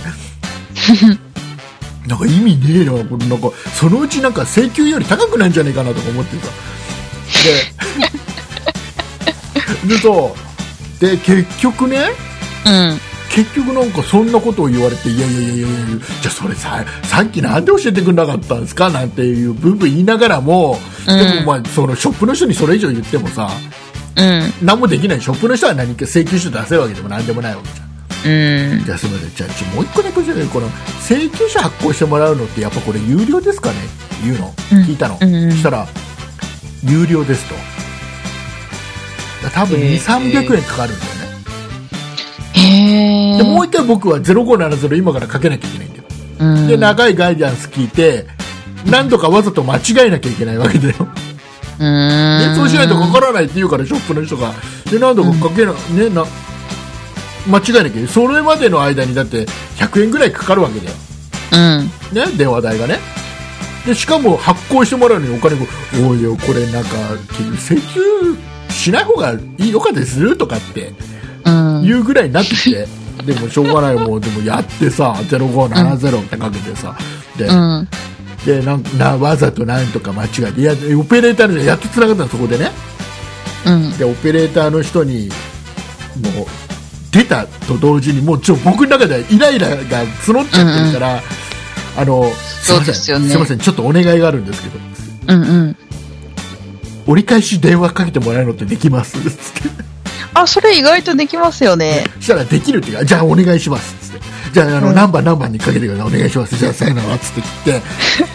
[SPEAKER 2] なんか意味ねえなこれなんかそのうちなんか請求より高くなんじゃねえかなとか思ってさ ででそうで結局ね
[SPEAKER 1] うん
[SPEAKER 2] 結局なんかそんなことを言われていやいやいやいやいやじゃあそれささっきなんで教えてくれなかったんですかなんていう部分言いながらも、で
[SPEAKER 1] うん
[SPEAKER 2] もまあそのショップの人にそれ以上言ってもさ
[SPEAKER 1] うん
[SPEAKER 2] 何もできないショップの人は何か請求書出せるわけでも何でもないわけじゃん
[SPEAKER 1] うん
[SPEAKER 2] じゃあすみません、じゃあちょもう一個だけ教えてこの請求書発行してもらうのってやっぱこれ有料ですかねって言うの、
[SPEAKER 1] うん
[SPEAKER 2] 聞いたの、
[SPEAKER 1] うんうん
[SPEAKER 2] そしたら有料ですとだから多分
[SPEAKER 1] へー
[SPEAKER 2] 2300円かかるんだよね、
[SPEAKER 1] へえ
[SPEAKER 2] でもう一回僕は0570今からかけなきゃいけないんだよ、
[SPEAKER 1] うん
[SPEAKER 2] で長いガイダンス聞いて何度かわざと間違えなきゃいけないわけだよ、
[SPEAKER 1] うん
[SPEAKER 2] ね、そうしないとかからないって言うからショップの人がで何度かかけな、ねな間違えなきゃいけないそれまでの間にだって100円ぐらいかかるわけだよ
[SPEAKER 1] うん
[SPEAKER 2] ね、電話代がね。で、しかも発行してもらうのにお金が、おいよ、これなんか、請求しない方がいいよかったりするとかって
[SPEAKER 1] うん。
[SPEAKER 2] いうぐらいになってきて、 でもしょうがないもうでもやってさ0570ってかけてさ、で
[SPEAKER 1] うん。
[SPEAKER 2] でなんなわざとなんとか間違えていやオペレーターの人やっとつながったのそこでね
[SPEAKER 1] うん。
[SPEAKER 2] でオペレーターの人にもう出たと同時にもうちょ僕の中ではイライラが募っちゃってるから、あのす
[SPEAKER 1] そ
[SPEAKER 2] い
[SPEAKER 1] う
[SPEAKER 2] ま
[SPEAKER 1] で
[SPEAKER 2] せん
[SPEAKER 1] すよね
[SPEAKER 2] すいませんちょっとお願いがあるんですけど
[SPEAKER 1] うん。うん。
[SPEAKER 2] 折り返し電話かけてもらえるのってできますつって
[SPEAKER 1] あ、それ意外とできますよね。
[SPEAKER 2] したらできるっていうかじゃあお願いしますつってじゃああの、
[SPEAKER 1] うん
[SPEAKER 2] 何番何番にかけてくださいお願いしますじゃあさよならつって切って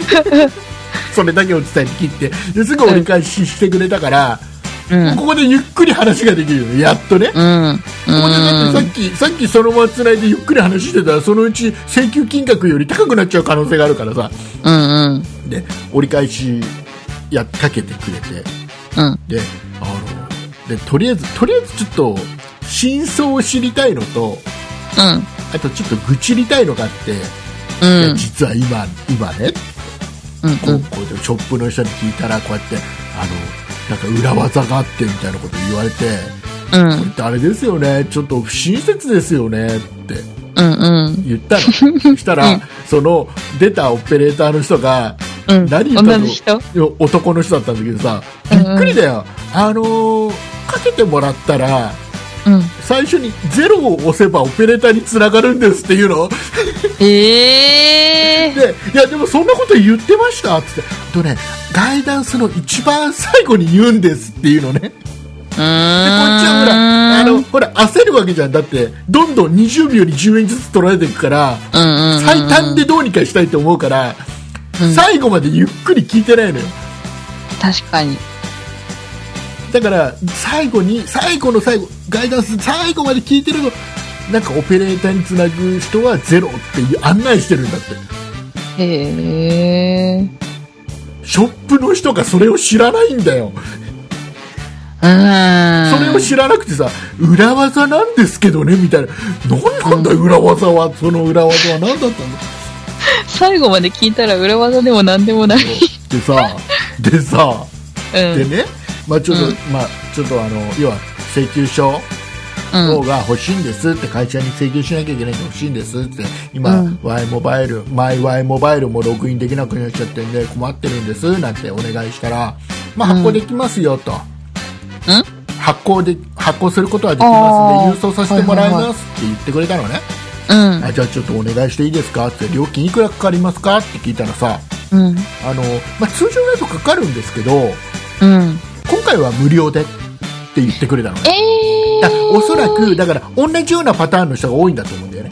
[SPEAKER 2] それだけを伝えて切ってですぐ折り返ししてくれたから、
[SPEAKER 1] うん。うん。
[SPEAKER 2] ここでゆっくり話ができるよやっとね、
[SPEAKER 1] うん。
[SPEAKER 2] ここでだってさっきさっきそのままつないでゆっくり話してたらそのうち請求金額より高くなっちゃう可能性があるからさ
[SPEAKER 1] うん。うん。
[SPEAKER 2] で折り返しやっかけてくれて
[SPEAKER 1] うん。
[SPEAKER 2] であのでとりあえずとりあえずちょっと真相を知りたいのと
[SPEAKER 1] うん。
[SPEAKER 2] あとちょっと愚痴りたいのがあって、
[SPEAKER 1] うん。
[SPEAKER 2] で実は今今ね
[SPEAKER 1] うん。
[SPEAKER 2] こ
[SPEAKER 1] う。
[SPEAKER 2] うんこうショップの人に聞いたらこうやってあのなんか裏技があってみたいなこと言われて、
[SPEAKER 1] うん
[SPEAKER 2] これ。ってあれですよねちょっと不親切ですよねって
[SPEAKER 1] うん。うん。
[SPEAKER 2] 言ったの そしたら、その出たオペレーターの人が
[SPEAKER 1] うん。
[SPEAKER 2] 何言った
[SPEAKER 1] 同
[SPEAKER 2] の
[SPEAKER 1] じ人
[SPEAKER 2] いや男の人だったんだけどさ
[SPEAKER 1] う
[SPEAKER 2] び
[SPEAKER 1] ん
[SPEAKER 2] っくりだよ、あのーかけてもらったら
[SPEAKER 1] うん。
[SPEAKER 2] 最初にゼロを押せばオペレーターにつながるんですっていうの
[SPEAKER 1] ええー。
[SPEAKER 2] でいやでもそんなこと言ってましたっつってあとねガイダンスの一番最後に言うんですっていうのねでこっ
[SPEAKER 1] うーん。こっち
[SPEAKER 2] ちはほらあのほら焦るわけじゃんだってどんどん20秒に10円ずつ取られていくから
[SPEAKER 1] うんうんうん、
[SPEAKER 2] 最短でどうにかしたいと思うから、
[SPEAKER 1] うん
[SPEAKER 2] 最後までゆっくり聞いてないのよ
[SPEAKER 1] 確かに
[SPEAKER 2] だから最後に最後の最後ガイダンス最後まで聞いてるのなんかオペレーターにつなぐ人はゼロっていう案内してるんだって
[SPEAKER 1] へえ
[SPEAKER 2] ショップの人がそれを知らないんだよ、
[SPEAKER 1] うん
[SPEAKER 2] それを知らなくてさ裏技なんですけどねみたいな何なんだよ裏技はその裏技は何だったんだ
[SPEAKER 1] 最後まで聞いたら裏技でも何でもない、
[SPEAKER 2] でさでさ
[SPEAKER 1] うん、
[SPEAKER 2] でね、まあちょっと、
[SPEAKER 1] うん
[SPEAKER 2] まあちょっとあの要は請求書
[SPEAKER 1] うん
[SPEAKER 2] 方が欲しいんですって会社に請求しなきゃいけないんで欲しいんですって今、
[SPEAKER 1] うん
[SPEAKER 2] Y モバイルマイ Y モバイルもログインできなくなっちゃってんで困ってるんですなんてお願いしたら、ま
[SPEAKER 1] う
[SPEAKER 2] あ、
[SPEAKER 1] ん
[SPEAKER 2] 発行できますよと、発行で発行することはできますんで郵送させてもらいますって言ってくれたのね、
[SPEAKER 1] うん
[SPEAKER 2] あじゃあちょっとお願いしていいですかって料金いくらかかりますかって聞いたらさ
[SPEAKER 1] うん
[SPEAKER 2] あの、まあ、通常だとかかるんですけど
[SPEAKER 1] うん
[SPEAKER 2] 今回は無料でって言ってくれたのね
[SPEAKER 1] え
[SPEAKER 2] だ
[SPEAKER 1] え
[SPEAKER 2] おそらくだから同じようなパターンの人が多いんだと思うんだよね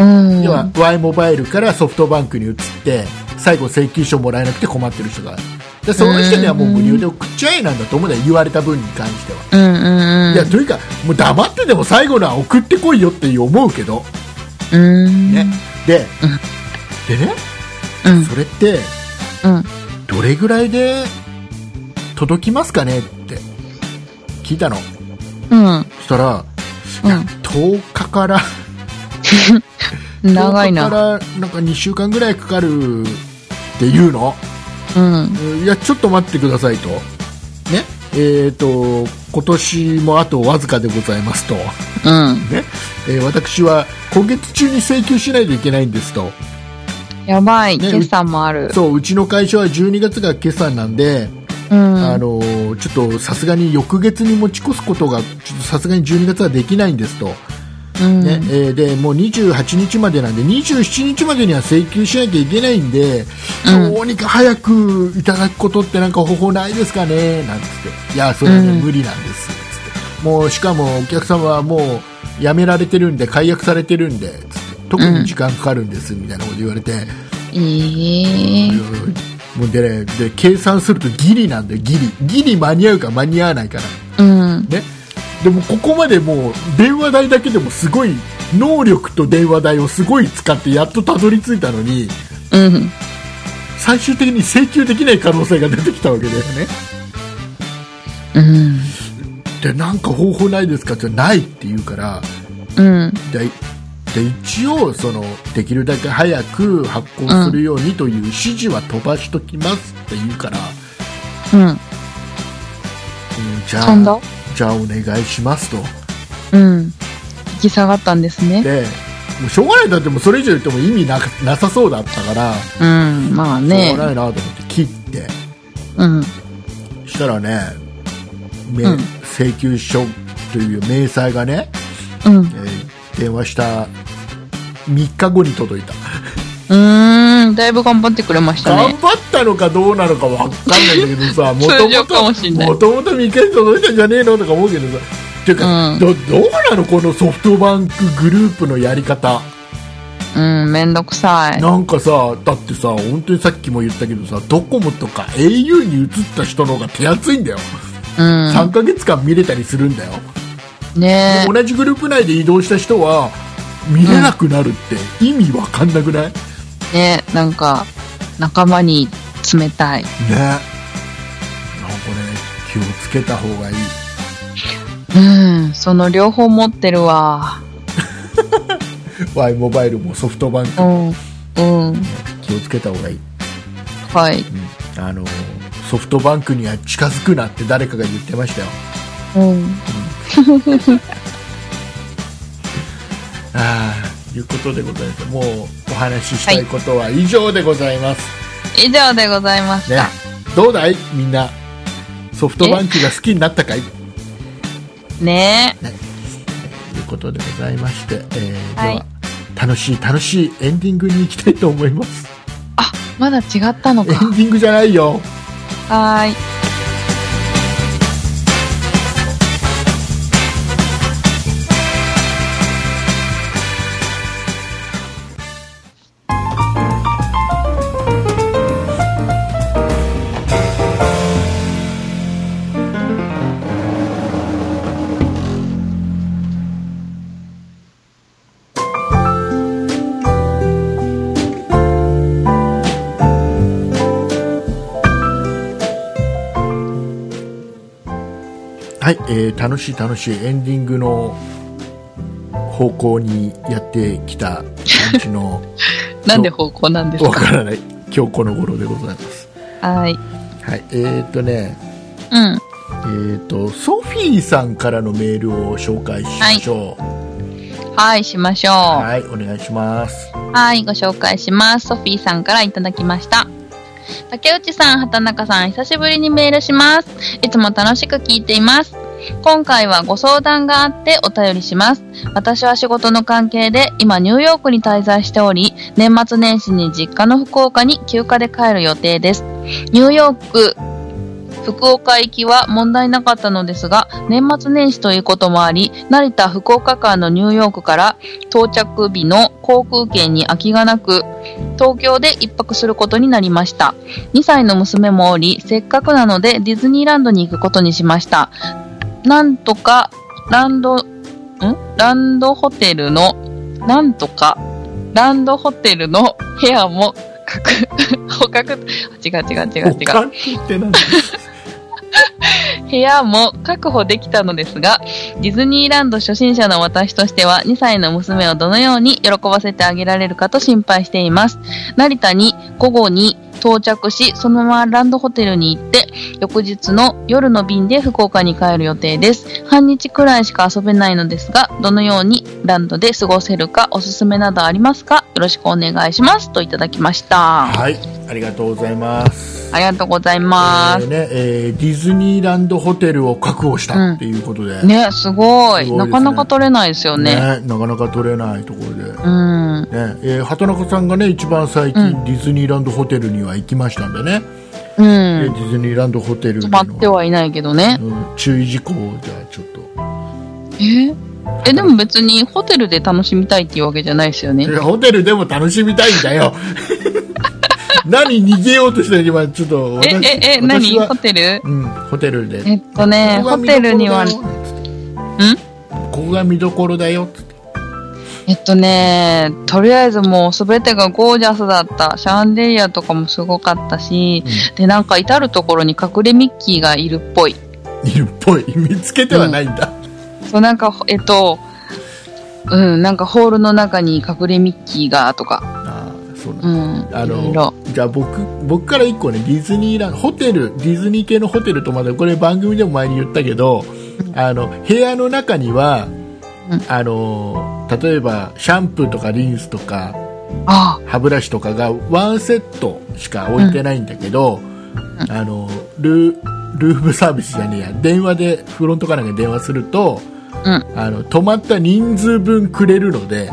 [SPEAKER 1] うん
[SPEAKER 2] 要は Y モバイルからソフトバンクに移って最後請求書もらえなくて困ってる人がでその人にはもう無料で送っちゃえなんだと思うんだよ言われた分に関しては、
[SPEAKER 1] うんうんうん
[SPEAKER 2] いやというかもう黙ってでも最後のは送ってこいよって思うけど
[SPEAKER 1] うん
[SPEAKER 2] ね、で、でね
[SPEAKER 1] うん
[SPEAKER 2] それって
[SPEAKER 1] うん
[SPEAKER 2] どれぐらいで届きますかねって聞いたのそ
[SPEAKER 1] うん
[SPEAKER 2] したら
[SPEAKER 1] う
[SPEAKER 2] 10日から
[SPEAKER 1] ん長いな
[SPEAKER 2] 10日からなんか2週間ぐらいかかるっていうの
[SPEAKER 1] うん
[SPEAKER 2] うんいや、ちょっと待ってくださいと。ね。えっ、と、今年もあとわずかでございますと。ね。
[SPEAKER 1] うん
[SPEAKER 2] えー私は今月中に請求しないといけないんですと。
[SPEAKER 1] やばい
[SPEAKER 2] ね
[SPEAKER 1] 決算もある
[SPEAKER 2] そう、うちの会社は12月が決算なんで、
[SPEAKER 1] うん
[SPEAKER 2] あのー、ちょっとさすがに翌月に持ち越すことが、ちょっとさすがに12月はできないんですと。
[SPEAKER 1] うん
[SPEAKER 2] ねえーでもう28日までなんで27日までには請求しなきゃいけないんで、
[SPEAKER 1] うん
[SPEAKER 2] どうにか早くいただくことってなんか方法ないですかねなんつっていやそれはね、
[SPEAKER 1] うん
[SPEAKER 2] 無理なんですつってもうしかもお客様はもう辞められてるんで解約されてるんでつって特に時間かかるんですみたいなこと言われて、
[SPEAKER 1] ええ
[SPEAKER 2] もうでねで計算するとギリなんでギリギリ間に合うか間に合わないかな
[SPEAKER 1] うん
[SPEAKER 2] ね、でもここまでもう電話代だけでもすごい能力と電話代をすごい使ってやっとたどり着いたのに
[SPEAKER 1] うん
[SPEAKER 2] 最終的に請求できない可能性が出てきたわけだよね
[SPEAKER 1] うん
[SPEAKER 2] でなんか方法ないですかってないって言うから
[SPEAKER 1] うん
[SPEAKER 2] でで一応そのできるだけ早く発行するようにという指示は飛ばしときますって言うから、
[SPEAKER 1] うん
[SPEAKER 2] うん、じゃ
[SPEAKER 1] そん
[SPEAKER 2] あ
[SPEAKER 1] だ
[SPEAKER 2] じゃあお願いしますと。
[SPEAKER 1] うん。引き下がったんですね。
[SPEAKER 2] で、もうしょうがないだってもうそれ以上言っても意味なかなさそうだったから、
[SPEAKER 1] うん、まあ
[SPEAKER 2] しょ
[SPEAKER 1] ね
[SPEAKER 2] う。がないなと思って切って、
[SPEAKER 1] うん。
[SPEAKER 2] したらね、め
[SPEAKER 1] うん
[SPEAKER 2] 請求書という明細がね、
[SPEAKER 1] うん。う
[SPEAKER 2] えー電話した3日後に届いた。
[SPEAKER 1] ーん、だいぶ頑張ってくれました
[SPEAKER 2] 頑
[SPEAKER 1] ね。
[SPEAKER 2] 張ったのかどうなのかわかんないんだけどさ、もと
[SPEAKER 1] 通
[SPEAKER 2] も
[SPEAKER 1] 常
[SPEAKER 2] と
[SPEAKER 1] か、もしんない
[SPEAKER 2] も。ともと3日に届いたんじゃねえのとか思うけどさ、ていうか、
[SPEAKER 1] うん
[SPEAKER 2] どどうなのこのソフトバンクグループのやり方。
[SPEAKER 1] うん、めんどくさい。
[SPEAKER 2] なんかさ、だってさ、本当にさっきも言ったけどさ、ドコモとか au に移った人の方が手厚いんだよ。
[SPEAKER 1] うん。
[SPEAKER 2] 3ヶ月間見れたりするんだよ。
[SPEAKER 1] ね
[SPEAKER 2] 同じグループ内で移動した人は、見れなくなるって意味わかんなくないね
[SPEAKER 1] え、ねえ、なんか、仲間に冷たい。
[SPEAKER 2] なんかね、気をつけた方がいい。
[SPEAKER 1] うん、その両方持ってるわ。
[SPEAKER 2] Y モバイルもソフトバンク
[SPEAKER 1] う
[SPEAKER 2] も
[SPEAKER 1] ん、うん。
[SPEAKER 2] 気をつけた方がいい。
[SPEAKER 1] はい。
[SPEAKER 2] うんあの、ソフトバンクには近づくなって誰かが言ってましたよ。
[SPEAKER 1] うん。
[SPEAKER 2] ああ、いうことでございます。もうお話ししたいことは以上でございます。
[SPEAKER 1] 以上でございまし
[SPEAKER 2] ね
[SPEAKER 1] た。、
[SPEAKER 2] どうだいみんなソフトバンクが好きになったかいと
[SPEAKER 1] ね
[SPEAKER 2] いうことでございまして、えー
[SPEAKER 1] はい
[SPEAKER 2] では楽しい楽しいエンディングに行きたいと思います
[SPEAKER 1] え。あ、まだ違ったの
[SPEAKER 2] エンデ
[SPEAKER 1] か。
[SPEAKER 2] ィングじゃないよ
[SPEAKER 1] はーい。
[SPEAKER 2] はい、えー楽しい楽しいエンディングの方向にやってきた感じの
[SPEAKER 1] なんで方向なんです
[SPEAKER 2] わ
[SPEAKER 1] か
[SPEAKER 2] か らない今日この頃でございます
[SPEAKER 1] はい。
[SPEAKER 2] はいえー、っとね
[SPEAKER 1] うん。
[SPEAKER 2] えー、っとソフィーさんからのメールを紹介しましょう
[SPEAKER 1] はい、しましょう。
[SPEAKER 2] はい、お願いします
[SPEAKER 1] はい、ご紹介します。ソフィーさんからいただきました。竹内さん、畑中さん、久しぶりにメールします。いつも楽しく聞いています。今回はご相談があってお便りします。私は仕事の関係で今ニューヨークに滞在しており、年末年始に実家の福岡に休暇で帰る予定です。ニューヨーク、福岡行きは問題なかったのですが、年末年始ということもあり、成田福岡間のニューヨークから到着日の航空券に空きがなく、東京で一泊することになりました。2歳の娘もおり、せっかくなのでディズニーランドに行くことにしました。なんとか、ランド、んランドホテルの、なんとか、ランドホテルの部屋も、かく 捕獲、違う違う違う違う。
[SPEAKER 2] おかんっ てなんだ
[SPEAKER 1] 部屋も確保できたのですが、ディズニーランド初心者の私としては、2歳の娘をどのように喜ばせてあげられるかと心配しています。成田に午後に到着し、そのままランドホテルに行って、翌日の夜の便で福岡に帰る予定です。半日くらいしか遊べないのですが、どのようにランドで過ごせるかおすすめなどありますかよろしくお願いします。といただきました。
[SPEAKER 2] はい、ありがとうございます。
[SPEAKER 1] ありがとうございま
[SPEAKER 2] えー
[SPEAKER 1] す。
[SPEAKER 2] ねえーディズニーランドホテルを確保したっていうことで、
[SPEAKER 1] ね、すごい。
[SPEAKER 2] すごいですね
[SPEAKER 1] なかなか取れないですよね。
[SPEAKER 2] ねなかなか取れないところで、ね
[SPEAKER 1] うん。
[SPEAKER 2] えー畑中さんがね一番最近、
[SPEAKER 1] う
[SPEAKER 2] ディズニーランドホテルには行きましたんでね、
[SPEAKER 1] う
[SPEAKER 2] えー
[SPEAKER 1] ん。
[SPEAKER 2] ディズニーランドホテルで
[SPEAKER 1] 止
[SPEAKER 2] の
[SPEAKER 1] まってはいないけどね。
[SPEAKER 2] うん注意事項をじゃあちょっと。
[SPEAKER 1] ええ、でも別にホテルで楽しみたいっていうわけじゃないですよね
[SPEAKER 2] い。やホテルでも楽しみたいん だよ何逃げようとしてる今ちょっと
[SPEAKER 1] え、
[SPEAKER 2] 私
[SPEAKER 1] え、え、
[SPEAKER 2] 私
[SPEAKER 1] 何
[SPEAKER 2] は
[SPEAKER 1] ホテル
[SPEAKER 2] うん、ホテルで
[SPEAKER 1] えっとね、
[SPEAKER 2] ここ
[SPEAKER 1] ホ
[SPEAKER 2] が見ど
[SPEAKER 1] テ
[SPEAKER 2] ころだ
[SPEAKER 1] ル
[SPEAKER 2] よ
[SPEAKER 1] には、
[SPEAKER 2] ここが見どころだよっつって
[SPEAKER 1] えっとね、とりあえずもうすべてがゴージャスだった。シャンデリアとかもすごかったし、で、なんか至るところに隠れミッキーがいるっぽい。
[SPEAKER 2] いるっぽい見つけてはないんだ、
[SPEAKER 1] そう、なんか、えっと、うん、なんかホールの中に隠れミッキーがとか、
[SPEAKER 2] あーそうなんだ
[SPEAKER 1] うん、
[SPEAKER 2] あ
[SPEAKER 1] いろいろ
[SPEAKER 2] の。じゃあ僕僕から1個ねディズニーランドホテルディズニー系のホテルとまだこれ番組でも前に言ったけど、ああの部屋の中には、
[SPEAKER 1] うん
[SPEAKER 2] あの例えばシャンプーとかリンスとか
[SPEAKER 1] あ
[SPEAKER 2] 歯ブラシとかがワンセットしか置いてないんだけど、あのルルームサービスじゃねえや電話でフロントからなんかに電話すると
[SPEAKER 1] あ、
[SPEAKER 2] あの泊まった人数分くれるので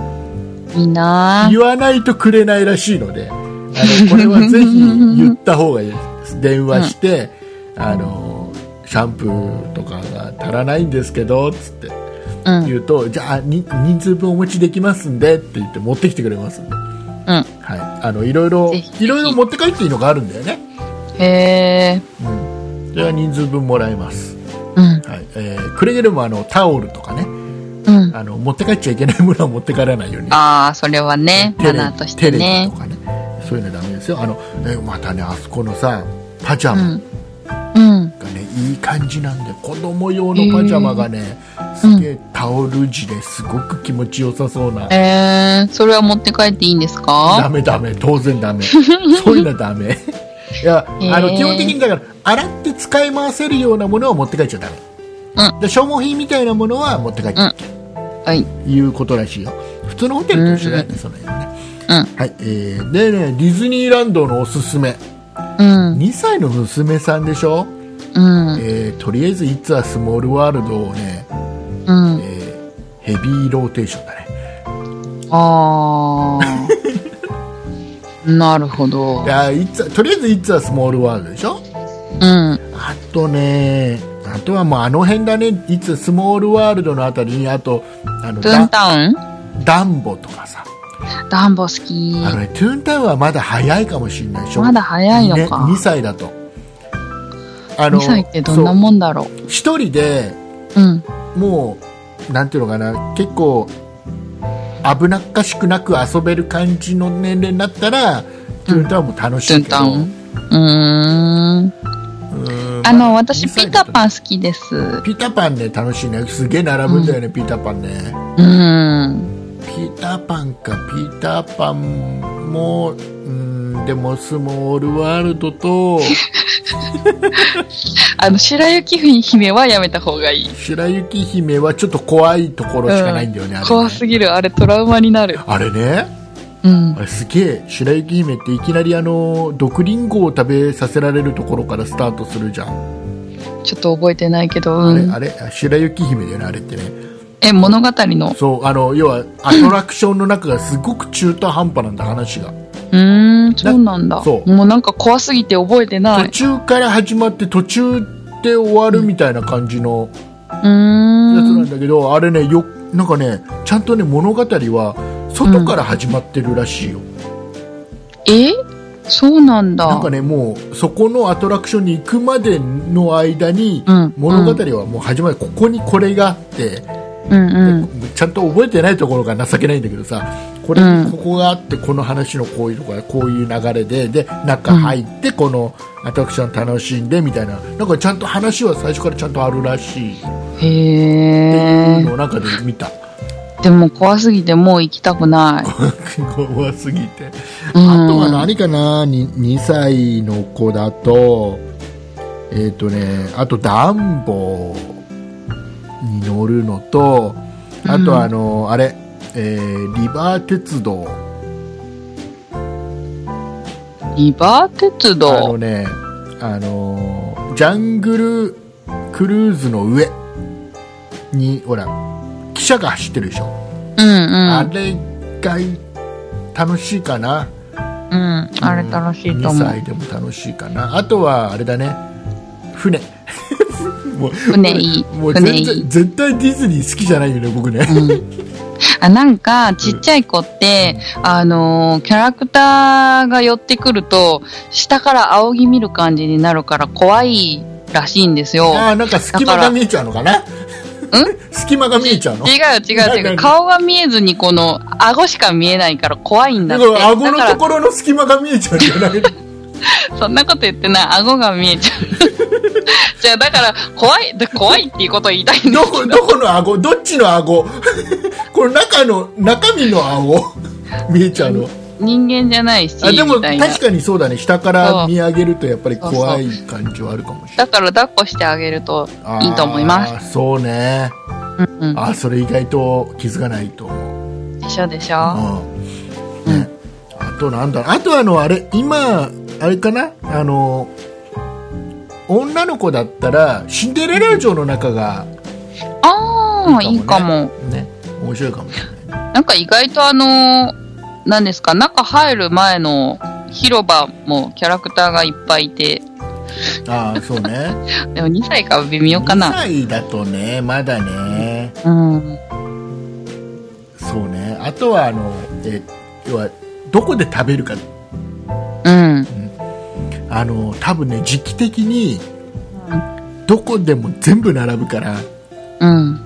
[SPEAKER 1] うん。いいなぁ。
[SPEAKER 2] 言わないとくれないらしいのであのこれはぜひ言った方がいいです電話して、あのシャンプーとかが足らないんですけどつって
[SPEAKER 1] うん。うん。
[SPEAKER 2] 言うと、じゃあに人数分お持ちできますんでって言って持ってきてくれますんで。はい、あのいろいろ
[SPEAKER 1] ぜひぜひ
[SPEAKER 2] いろいろ持って帰っていいのがあるんだよね。
[SPEAKER 1] へえ。
[SPEAKER 2] うん、それは人数分もらえます。
[SPEAKER 1] うん。
[SPEAKER 2] はい、えー、くれぐれもあのタオルとかね、
[SPEAKER 1] うん。
[SPEAKER 2] あの持って帰っちゃいけないものは持って帰らないように。
[SPEAKER 1] ああ、それはね、
[SPEAKER 2] テレ
[SPEAKER 1] マナーとして
[SPEAKER 2] テレビ
[SPEAKER 1] ね
[SPEAKER 2] と。かね、そういうのダメですよ。あのえまたねあそこのさパジャ
[SPEAKER 1] う
[SPEAKER 2] マ
[SPEAKER 1] ん。うん。
[SPEAKER 2] がね、いい感じなんで子供用のパジャマがね、すげえタオル地ですごく気持ちよさそうな。
[SPEAKER 1] えー、それは持って帰っていいんです
[SPEAKER 2] ダ
[SPEAKER 1] か
[SPEAKER 2] メダメ当然 ダメそういうのはダメいや、あの
[SPEAKER 1] へー
[SPEAKER 2] 基本的にだから洗って使い回せるようなものは持って帰っちゃダメ、
[SPEAKER 1] う
[SPEAKER 2] で消耗品みたいなものは持って帰っちゃいけない、
[SPEAKER 1] はい。
[SPEAKER 2] いうことらしいよ普通のホテルと一緒だよね、その辺ね
[SPEAKER 1] うん。
[SPEAKER 2] はいえー、でねディズニーランドのおすすめ
[SPEAKER 1] うん。
[SPEAKER 2] 2歳の娘さんでしょ、
[SPEAKER 1] うん。
[SPEAKER 2] えーとりあえず「いつはスモールワールド」をね、
[SPEAKER 1] うん。
[SPEAKER 2] えーヘビーローテーションだね
[SPEAKER 1] ああ。 なるほど
[SPEAKER 2] い。や It's- とりあえず「いつはスモールワールド」でしょ
[SPEAKER 1] うん。
[SPEAKER 2] あとね、あとはもうあの辺だね、いつスモールワールドのあたりに、あと、あの
[SPEAKER 1] トゥー
[SPEAKER 2] ダ
[SPEAKER 1] ンタウン
[SPEAKER 2] ダンボとかさ、
[SPEAKER 1] ダンボ好き。
[SPEAKER 2] あのね、トゥーンタウンはまだ早いかもしれないでしょ。
[SPEAKER 1] まだ早いの
[SPEAKER 2] ね
[SPEAKER 1] か。
[SPEAKER 2] 2歳だと。あ
[SPEAKER 1] 2歳ってどんなもんだろ
[SPEAKER 2] そう一人で
[SPEAKER 1] う。うん。
[SPEAKER 2] もう、なんていうのかな、結構、危なっかしくなく遊べる感じの年齢になったら、トゥーンタウンも楽し
[SPEAKER 1] トゥー
[SPEAKER 2] い
[SPEAKER 1] ン
[SPEAKER 2] けど。
[SPEAKER 1] タウン。うーん。
[SPEAKER 2] うん
[SPEAKER 1] あの、私、ピーター
[SPEAKER 2] ン。
[SPEAKER 1] パン好きです。う
[SPEAKER 2] ピーターパンね、楽しいね。すげえ並ぶんだよね、ピーターパンね。
[SPEAKER 1] ん。
[SPEAKER 2] ピーターパンかピーターパンもうんでもスモールワール ドと
[SPEAKER 1] あの、白雪姫はやめた方がいい。
[SPEAKER 2] 白雪姫はちょっと怖いところしかないんだよね、あれね
[SPEAKER 1] 怖すぎる。あれ、トラウマになる。
[SPEAKER 2] あれね
[SPEAKER 1] うん
[SPEAKER 2] あ。れすげえ白雪姫っていきなりあの毒リンゴを食べさせられるところからスタートするじゃん、
[SPEAKER 1] ちょっと覚えてないけど、うん
[SPEAKER 2] あれあれ白雪姫だよねあれってね
[SPEAKER 1] え、物語の。
[SPEAKER 2] そうあの要はアトラクションの中がすごく中途半端なんだ話が
[SPEAKER 1] うーん、そうなんだ。
[SPEAKER 2] そう
[SPEAKER 1] もうなんか怖すぎて覚えてない。
[SPEAKER 2] 途中から始まって途中で終わるみたいな感じの、
[SPEAKER 1] うー。
[SPEAKER 2] やつなんんだけど、あれねよなんかねちゃんとね物語は外から始まってるらしいよ、
[SPEAKER 1] えそうなんだ。
[SPEAKER 2] なんかねもうそこのアトラクションに行くまでの間に、
[SPEAKER 1] うん
[SPEAKER 2] 物語はもう始まるここにこれがあって、
[SPEAKER 1] うんうん。
[SPEAKER 2] ちゃんと覚えてないところが情けないんだけどさこれ、
[SPEAKER 1] うん
[SPEAKER 2] ここがあってこの話のこういうところがこういう流れでで中入ってこのアトラクション楽しんでみたいななんかちゃんと話は最初からちゃんとあるらしいってい
[SPEAKER 1] へ
[SPEAKER 2] う
[SPEAKER 1] え。
[SPEAKER 2] のをなんかで 見た。
[SPEAKER 1] でも怖すぎてもう行きたくない。
[SPEAKER 2] 怖すぎて、
[SPEAKER 1] うん
[SPEAKER 2] あとは何かなに 2, 歳の子だとえっ、とねあとダンボに乗るのとあとはあの、あれ、えーリバー鉄道
[SPEAKER 1] リバー鉄
[SPEAKER 2] あの
[SPEAKER 1] 道。
[SPEAKER 2] ねあのージャングルクルーズの上にほら汽車が走ってるでしょ、
[SPEAKER 1] うんうん。
[SPEAKER 2] あれが楽しいかな
[SPEAKER 1] うん。あれ楽しいと
[SPEAKER 2] 2
[SPEAKER 1] 思う。
[SPEAKER 2] 歳でも楽しいかなあとはあれだね 船もう
[SPEAKER 1] 船いい
[SPEAKER 2] もう
[SPEAKER 1] 船
[SPEAKER 2] 全
[SPEAKER 1] いい
[SPEAKER 2] 然絶対ディズニー好きじゃないよね僕ね、
[SPEAKER 1] あなんか、ちっちゃい子って、あのーキャラクターが寄ってくると、下から仰ぎ見る感じになるから怖いらしいんですよ。
[SPEAKER 2] ああなんか隙間が見えちゃうのかな 隙間が見えちゃうの
[SPEAKER 1] 違う違う違う。顔が見えずにこの、顎しか見えないから怖いんだ
[SPEAKER 2] だ
[SPEAKER 1] っ
[SPEAKER 2] か
[SPEAKER 1] て。
[SPEAKER 2] ら顎の
[SPEAKER 1] だ
[SPEAKER 2] と
[SPEAKER 1] か
[SPEAKER 2] ころの隙間が見えちゃうんじゃない
[SPEAKER 1] ら、そんなこと言ってない。顎が見え ちゃう。じゃあだから、怖い、で怖いっていうことを言いたいんで
[SPEAKER 2] ど
[SPEAKER 1] す
[SPEAKER 2] こどこの顎 どっちの顎この中の中身の顎見えちゃうの
[SPEAKER 1] 人間じゃないし
[SPEAKER 2] あでも
[SPEAKER 1] みたいな
[SPEAKER 2] 確かにそうだね下から見上げるとやっぱり怖い感じはあるかもしれ
[SPEAKER 1] だ
[SPEAKER 2] ない
[SPEAKER 1] から抱っこしてあげるといいと思います
[SPEAKER 2] すそうね
[SPEAKER 1] うんうん
[SPEAKER 2] あそれ意外と気づかないと思う
[SPEAKER 1] でしょでしょ
[SPEAKER 2] うんね、あとなんだろうあとあのあれ今あれかなあの女の子だったらシンデレラ城の中が、
[SPEAKER 1] ああいいかも
[SPEAKER 2] ね、面白いかもしれない
[SPEAKER 1] なんか意外とあの何ですか中入る前の広場もキャラクターがいっぱいいて
[SPEAKER 2] ああそうね
[SPEAKER 1] でも2歳か微妙か
[SPEAKER 2] 2
[SPEAKER 1] な
[SPEAKER 2] 歳だとねまだね
[SPEAKER 1] うん
[SPEAKER 2] そうねあとはあのえ要はどこで食べるか
[SPEAKER 1] うん
[SPEAKER 2] あの多分ね時期的に
[SPEAKER 1] う
[SPEAKER 2] どこでも全部並ぶから
[SPEAKER 1] うん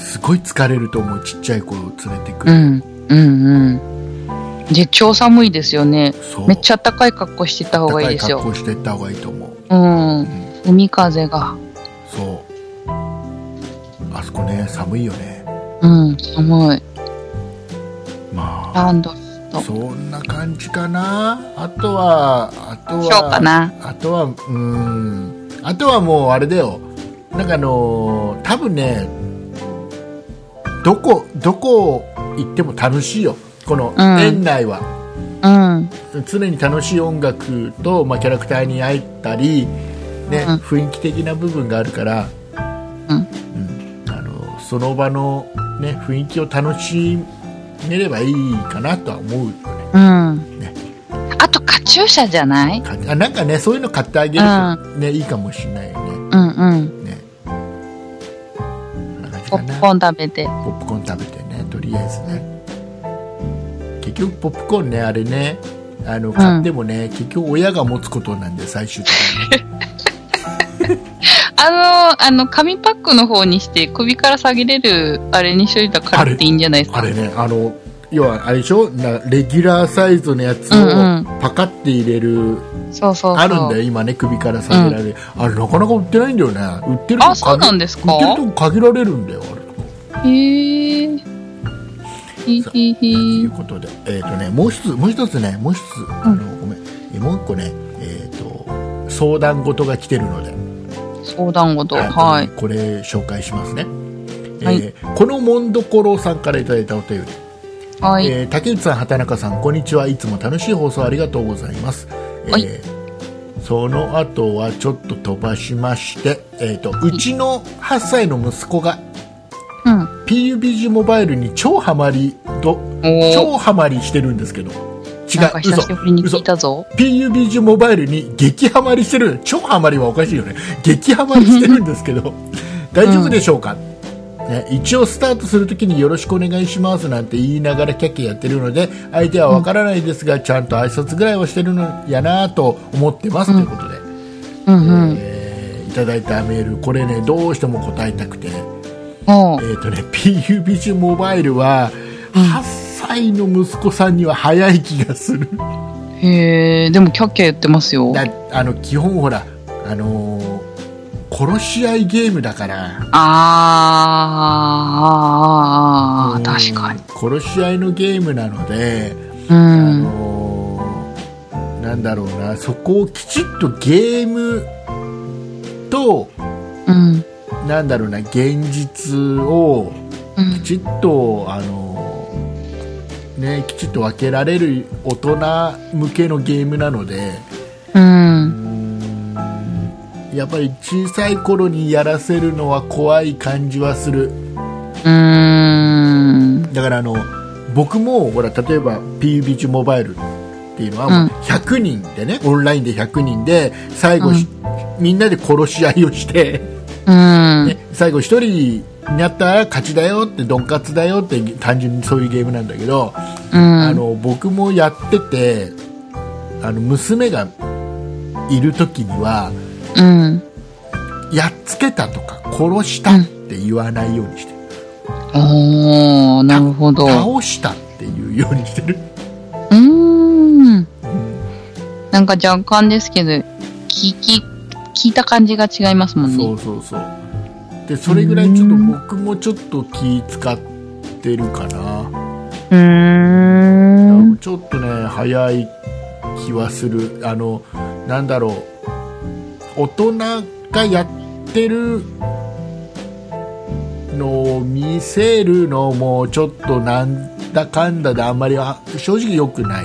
[SPEAKER 2] すごい疲れると思うちっちゃい子を連れてく
[SPEAKER 1] う
[SPEAKER 2] る、
[SPEAKER 1] んうんうんで超寒いですよね
[SPEAKER 2] そう
[SPEAKER 1] めっちゃ暖かい格好してった方がいいですよ
[SPEAKER 2] 高い格好していった方がいいと思う
[SPEAKER 1] うん海風が
[SPEAKER 2] そうあそこね寒いよね
[SPEAKER 1] うん寒い
[SPEAKER 2] まあ
[SPEAKER 1] ランドと
[SPEAKER 2] そんな感じかなあとはあとは
[SPEAKER 1] しようかな
[SPEAKER 2] あとはうーんあとはもうあれだよなんかあのー多分ねどこどこ行っても楽しいよこの
[SPEAKER 1] うん
[SPEAKER 2] 園内は、
[SPEAKER 1] うん
[SPEAKER 2] 常に楽しい音楽と、まあ、キャラクターに会ったり、ね
[SPEAKER 1] うん
[SPEAKER 2] 雰囲気的な部分があるから、
[SPEAKER 1] うん
[SPEAKER 2] うんあのその場の、ね、雰囲気を楽しめればいいかなとは思うよね
[SPEAKER 1] うん
[SPEAKER 2] ね
[SPEAKER 1] あとカチューシャじゃない
[SPEAKER 2] かあなんかねそういうの買ってあげると、ねいいかもしれないよね
[SPEAKER 1] うんうん
[SPEAKER 2] ねこんな感じ
[SPEAKER 1] ポ
[SPEAKER 2] か
[SPEAKER 1] ッ
[SPEAKER 2] な
[SPEAKER 1] プコーン食べて
[SPEAKER 2] ポップコーン食べてねとりあえずね結局ポップコーンねあれねあの買ってもね、結局親が持つことなんで最終的に
[SPEAKER 1] あの、あの、紙パックの方にして、首から下げれる、あれにしといたからっていいんじゃないですか。
[SPEAKER 2] あれね、あの、要はあれでしょなレギュラーサイズのやつ
[SPEAKER 1] うんう
[SPEAKER 2] を
[SPEAKER 1] ん
[SPEAKER 2] パカって入れる、
[SPEAKER 1] そうそうそう。
[SPEAKER 2] あるんだよ、今ね、首から下げられる。あれ、なかなか売ってないんだよね。売ってるとこ
[SPEAKER 1] あ、そうなんです
[SPEAKER 2] 売
[SPEAKER 1] か
[SPEAKER 2] ってるとこ限られるんだよ、あれと
[SPEAKER 1] へえ。ひひ
[SPEAKER 2] いう
[SPEAKER 1] ひ。
[SPEAKER 2] ことで、えっ、とね、もう一つ、もう一つね、もう一つ、あの、ごめん、えもう一個ね、えっ、と、相談事が来てるので、
[SPEAKER 1] 相談事。
[SPEAKER 2] あの
[SPEAKER 1] はい。
[SPEAKER 2] これ紹介しますね。えー
[SPEAKER 1] はい
[SPEAKER 2] このもんどころさんからいただいたお便り。
[SPEAKER 1] はい。
[SPEAKER 2] えー竹内さん、畑中さん、こんにちは。いつも楽しい放送ありがとうございます。えー
[SPEAKER 1] はい
[SPEAKER 2] その後はちょっと飛ばしまして、えーとうちの8歳の息子が
[SPEAKER 1] うん。
[SPEAKER 2] PUBG モバイルに超ハマりど
[SPEAKER 1] おお。
[SPEAKER 2] 超ハマりしてるんですけど違う
[SPEAKER 1] なんか久
[SPEAKER 2] 嘘
[SPEAKER 1] しぶりに聞
[SPEAKER 2] 嘘
[SPEAKER 1] いたぞ。
[SPEAKER 2] PUBG モバイルに激ハマりしてる超ハマりはおかしいよね激ハマりしてるんですけど 大丈夫でしょうか、ね、一応スタートするときによろしくお願いしますなんて言いながらキャッキャやってるので相手はわからないですが、ちゃんと挨拶ぐらいはしてるのやなと思ってます、ということで、
[SPEAKER 1] うんうん。
[SPEAKER 2] えーいただいたメールこれねどうしても答えたくて
[SPEAKER 1] お
[SPEAKER 2] え
[SPEAKER 1] ー
[SPEAKER 2] ーとね PUBG モバイルは8歳の息子さんには早い気がする
[SPEAKER 1] へえ。でも、キャッキャ言ってますよ。
[SPEAKER 2] だあの基本ほらあのー殺し合いゲームだから
[SPEAKER 1] あーあー、あーあー、
[SPEAKER 2] うん
[SPEAKER 1] 確かに。
[SPEAKER 2] 殺し合いのゲームなので、
[SPEAKER 1] う
[SPEAKER 2] あ
[SPEAKER 1] ん。
[SPEAKER 2] のーなんだろうなそこをきちっとゲームと
[SPEAKER 1] うん。
[SPEAKER 2] なんだろうな現実を
[SPEAKER 1] うん
[SPEAKER 2] きちっとあのーねきちっと分けられる大人向けのゲームなので
[SPEAKER 1] うん。
[SPEAKER 2] やっぱり小さい頃にやらせるのは怖い感じはする
[SPEAKER 1] うん。
[SPEAKER 2] だからあの僕もほら例えば PUBG モバイルっていうのは
[SPEAKER 1] うん
[SPEAKER 2] もう100人でね、オンラインで100人で最後し、みんなで殺し合いをして、
[SPEAKER 1] うん。
[SPEAKER 2] ね、最後1人になったら勝ちだよってドンカツだよって単純にそういうゲームなんだけど、
[SPEAKER 1] うん。
[SPEAKER 2] あの僕もやっててあの娘がいる時には
[SPEAKER 1] うん。
[SPEAKER 2] やっつけたとか殺したって言わないようにしてる、
[SPEAKER 1] おー、なるほど。う
[SPEAKER 2] 倒したっていうようにしてる。
[SPEAKER 1] ーん。なんか若干ですけど、聞き、聞いた感じが違いますもん
[SPEAKER 2] そ
[SPEAKER 1] ね。
[SPEAKER 2] うそうそうでそれぐらいちょっと僕もちょっと気使ってるかな
[SPEAKER 1] うーん。うん。
[SPEAKER 2] ちょっとね早い気はするあのなんだろう大人がやってるのを見せるのもちょっとなんだかんだであんまりは正直良くない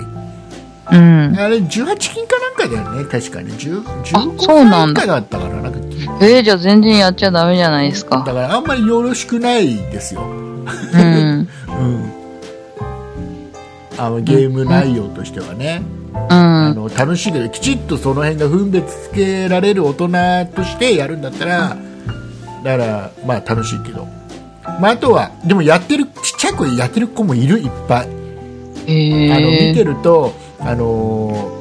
[SPEAKER 1] うん。
[SPEAKER 2] あれ18金かなんかだよね確かね10
[SPEAKER 1] あ
[SPEAKER 2] 15
[SPEAKER 1] そう
[SPEAKER 2] 金な
[SPEAKER 1] なん
[SPEAKER 2] ん
[SPEAKER 1] だ
[SPEAKER 2] かだったからなんか
[SPEAKER 1] えー、じゃあ全然やっちゃダメじゃないです
[SPEAKER 2] だ
[SPEAKER 1] か。
[SPEAKER 2] からあんまりよろしくないですよ
[SPEAKER 1] うん。
[SPEAKER 2] うんあのゲーム内容としてはね、
[SPEAKER 1] う
[SPEAKER 2] あ
[SPEAKER 1] ん。
[SPEAKER 2] の楽しいけどきちっとその辺が分別つけられる大人としてやるんだったらだからまあ楽しいけど、まあ、あとはでもやってるちっちゃい子やってる子もいるいっぱいあの見
[SPEAKER 1] え
[SPEAKER 2] て
[SPEAKER 1] ー。
[SPEAKER 2] ると、あのー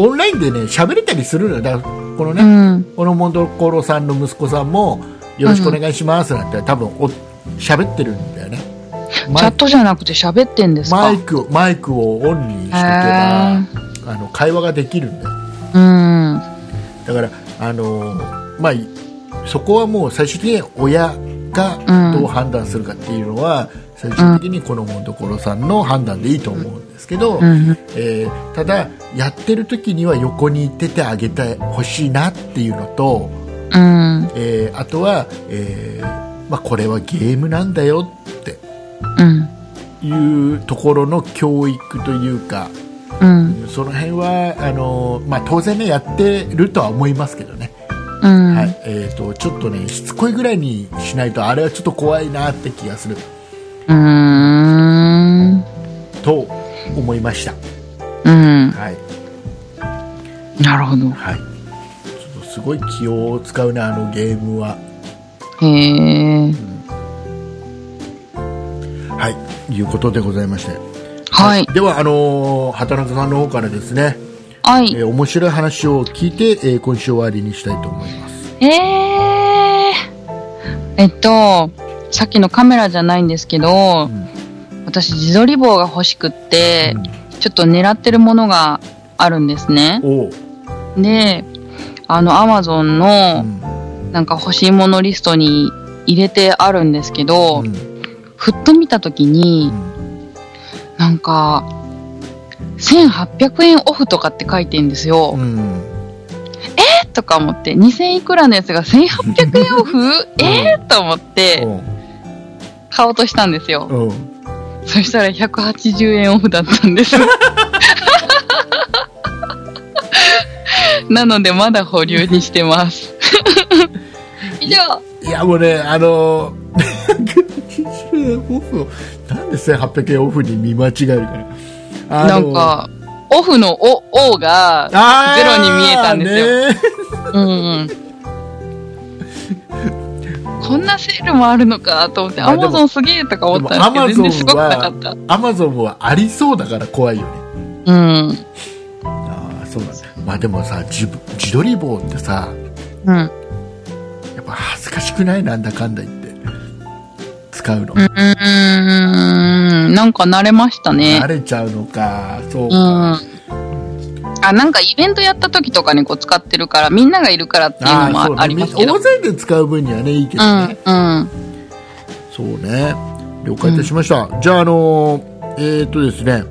[SPEAKER 2] オンラインでね喋れたりするのよだからこの
[SPEAKER 1] う
[SPEAKER 2] ね、
[SPEAKER 1] ん。
[SPEAKER 2] このモンドコロさんの息子さんも「よろしくお願いします」なんて多分お喋ってるんだよね。
[SPEAKER 1] チャットじゃなくて喋ってんです
[SPEAKER 2] マ
[SPEAKER 1] か
[SPEAKER 2] イクをマイクをオンにしておけば、
[SPEAKER 1] へ
[SPEAKER 2] あの会話ができるんだよ
[SPEAKER 1] うん。
[SPEAKER 2] だからあのまあいそこはもう最終的に親がどう判断するかっていうのは、最終的にこのもところさんの判断でいいと思うんですけど、
[SPEAKER 1] うん。
[SPEAKER 2] えーただやってる時には横にいててあげてほしいなっていうのと、
[SPEAKER 1] うん。
[SPEAKER 2] えーあとは、えーまあ、これはゲームなんだよって
[SPEAKER 1] うん。
[SPEAKER 2] いうところの教育というか、
[SPEAKER 1] うん。
[SPEAKER 2] その辺はあの、まあ、当然ねやってるとは思いますけどね、
[SPEAKER 1] うん。
[SPEAKER 2] はいえー、とちょっとねしつこいぐらいにしないとあれはちょっと怖いなって気がする
[SPEAKER 1] うーん。
[SPEAKER 2] と思いました
[SPEAKER 1] うん。
[SPEAKER 2] はい、
[SPEAKER 1] なるほど。
[SPEAKER 2] はい、ちょっとすごい気を使うねあのゲームは
[SPEAKER 1] へえ。
[SPEAKER 2] はいいうことでございまして、
[SPEAKER 1] はい。
[SPEAKER 2] ではあのー畑中さんの方からですね、
[SPEAKER 1] はい。
[SPEAKER 2] えー面白い話を聞いて、えー今週終わりにしたいと思います
[SPEAKER 1] えええっと、さっきのカメラじゃないんですけど、
[SPEAKER 2] ん
[SPEAKER 1] 私自撮り棒が欲しくって、ちょっと狙ってるものがあるんですね。
[SPEAKER 2] おう、
[SPEAKER 1] で、あの、アマゾン
[SPEAKER 2] う
[SPEAKER 1] の
[SPEAKER 2] ん
[SPEAKER 1] なんか欲しいものリストに入れてあるんですけど、
[SPEAKER 2] うん
[SPEAKER 1] ふっと見たときに、
[SPEAKER 2] うん
[SPEAKER 1] なんか、1800円オフとかって書いてんですよ。
[SPEAKER 2] うん
[SPEAKER 1] えーとか思って、2000いくらのやつが1800円オフえーと思って、買おうとしたんですよ。
[SPEAKER 2] うんうん
[SPEAKER 1] そしたら180円オフだったんです。なのでまだ保留にしてます。以上
[SPEAKER 2] いやもうね、あの180円オフを、なんで1800円オフに見間違えるかな。あ
[SPEAKER 1] な
[SPEAKER 2] の
[SPEAKER 1] ん、か、オフのお、O が、
[SPEAKER 2] あー
[SPEAKER 1] ゼロに見えたんですよ
[SPEAKER 2] ね
[SPEAKER 1] うんうん。こんなセールもあるのかと思って、
[SPEAKER 2] まあ
[SPEAKER 1] ア
[SPEAKER 2] でも
[SPEAKER 1] マゾンすげえとか思ったんですけど、全然すごくなかった。
[SPEAKER 2] アマゾンはありそうだから怖いよね。
[SPEAKER 1] うん。
[SPEAKER 2] ああ、そうなんだ。まあでもさ、自分自撮り棒ってさ、
[SPEAKER 1] うん。
[SPEAKER 2] やっぱ恥ずかしくないなんだかんだ言って。使うの。
[SPEAKER 1] うーん、なんか慣れましたね
[SPEAKER 2] 慣。れちゃうのか、そう
[SPEAKER 1] うん。
[SPEAKER 2] か。
[SPEAKER 1] あ、なんかイベントやった時とかにこう使ってるから、みんながいるからっていうの
[SPEAKER 2] ああ、そう
[SPEAKER 1] もあ
[SPEAKER 2] ね
[SPEAKER 1] り
[SPEAKER 2] み
[SPEAKER 1] ますけど。
[SPEAKER 2] 大勢で使う分にはね、いいけど
[SPEAKER 1] う
[SPEAKER 2] ね。
[SPEAKER 1] ん、うん。
[SPEAKER 2] そうね了解いたしました、じゃああのーえっ、とですね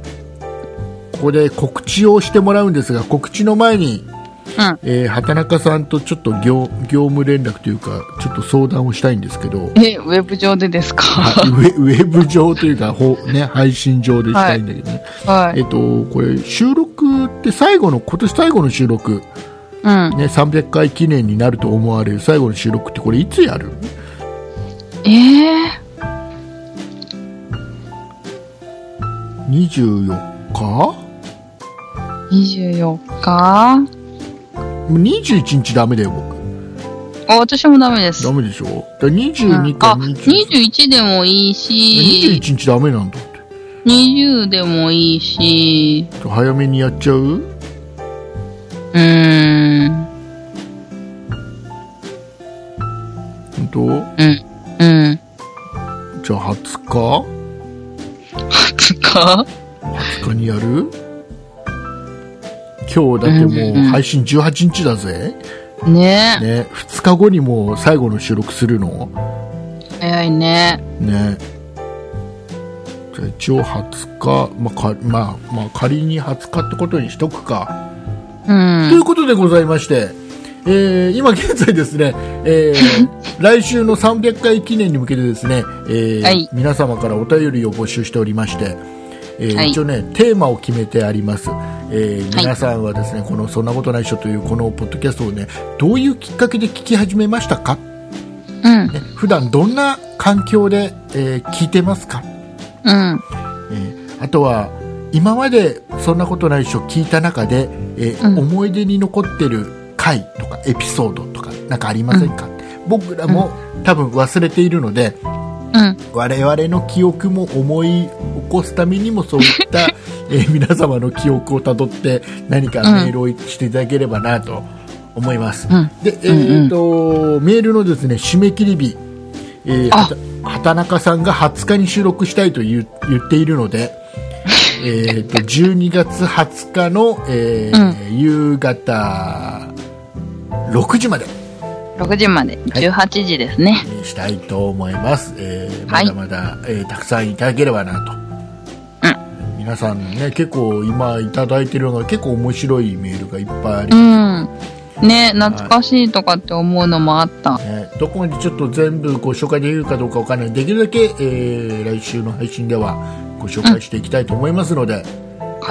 [SPEAKER 2] ここで告知をしてもらうんですが告知の前に、
[SPEAKER 1] うん
[SPEAKER 2] えー畑中さんとちょっと業業務連絡というかちょっと相談をしたいんです けど
[SPEAKER 1] え、ウェブ上でですか
[SPEAKER 2] は
[SPEAKER 1] はい
[SPEAKER 2] ウェウェブ上というか、ほね、配信上でしたいんだけどね、
[SPEAKER 1] い。はい
[SPEAKER 2] えっ、とこれ収録って最後の今年最後の収録、
[SPEAKER 1] うん。
[SPEAKER 2] ね、300回記念になると思われる最後の収録ってこれいつやる
[SPEAKER 1] ええ
[SPEAKER 2] ?24 日
[SPEAKER 1] 24日
[SPEAKER 2] 21日ダメだよ僕
[SPEAKER 1] あ、私もダメです。
[SPEAKER 2] ダメでしょだ22か
[SPEAKER 1] あ、
[SPEAKER 2] 21
[SPEAKER 1] 21でもいいし、
[SPEAKER 2] 日ダメなんだって
[SPEAKER 1] 20でもいいし、
[SPEAKER 2] 早めにやっちゃう
[SPEAKER 1] うーん、
[SPEAKER 2] 本当
[SPEAKER 1] うん、うん。
[SPEAKER 2] じゃあ
[SPEAKER 1] 20
[SPEAKER 2] 20
[SPEAKER 1] 日
[SPEAKER 2] 日20日にやる今日だって
[SPEAKER 1] うん
[SPEAKER 2] も
[SPEAKER 1] うん
[SPEAKER 2] う
[SPEAKER 1] うん
[SPEAKER 2] 配信18日だぜ、
[SPEAKER 1] ね
[SPEAKER 2] ね、2日後にもう最後の収録するの
[SPEAKER 1] 早いね。
[SPEAKER 2] ねじゃあ一応20日、まあかまあまあ、仮に20日ってことにしとくか。
[SPEAKER 1] う
[SPEAKER 2] とい
[SPEAKER 1] ん
[SPEAKER 2] う。ことでございまして、えー今現在ですね、え ー来週の300回記念に向けてですね、えー
[SPEAKER 1] はい
[SPEAKER 2] 皆様からお便りを募集しておりまして、えー
[SPEAKER 1] はい
[SPEAKER 2] 一応ね、テーマを決めてあります。えー
[SPEAKER 1] はい
[SPEAKER 2] 皆さんはですね、この「そんなことないっしょ」というこのポッドキャストをね、どういうきっかけで聞き始めましたか
[SPEAKER 1] うん。
[SPEAKER 2] ね普段どんな環境で、えー聞いてますか、
[SPEAKER 1] うん。
[SPEAKER 2] えーあとは今までそんなことないっしょ聞いた中で、えー
[SPEAKER 1] うん
[SPEAKER 2] 思い出に残ってる回とかエピソードとかなんかありませんか、僕らも多分忘れているので
[SPEAKER 1] うん。
[SPEAKER 2] 我々の記憶も思い起こすためにもそうい った、えー皆様の記憶をたどって何かメールをしていただければなと思います、
[SPEAKER 1] うん
[SPEAKER 2] で、え
[SPEAKER 1] うんうん
[SPEAKER 2] ーとメールのです、ね、締め切り日、えー
[SPEAKER 1] あ
[SPEAKER 2] はた畑中さんが20日に収録したいと言う言っているので、え ー、と12月20日の、えー夕方6時まで
[SPEAKER 1] 6時まで、18時ですね。
[SPEAKER 2] にしたいと思います、え
[SPEAKER 1] は
[SPEAKER 2] ーま
[SPEAKER 1] い
[SPEAKER 2] だまだ、えーたくさんいただければなと、皆さんね結構今いただいてるのが結構面白いメールがいっぱいあり
[SPEAKER 1] うん。ね、懐かしいとかって思うのもあった。
[SPEAKER 2] ね、どこまでちょっと全部ご紹介できるかどうかわからないできるだけ、えー来週の配信ではご紹介していきたいと思いますので、
[SPEAKER 1] は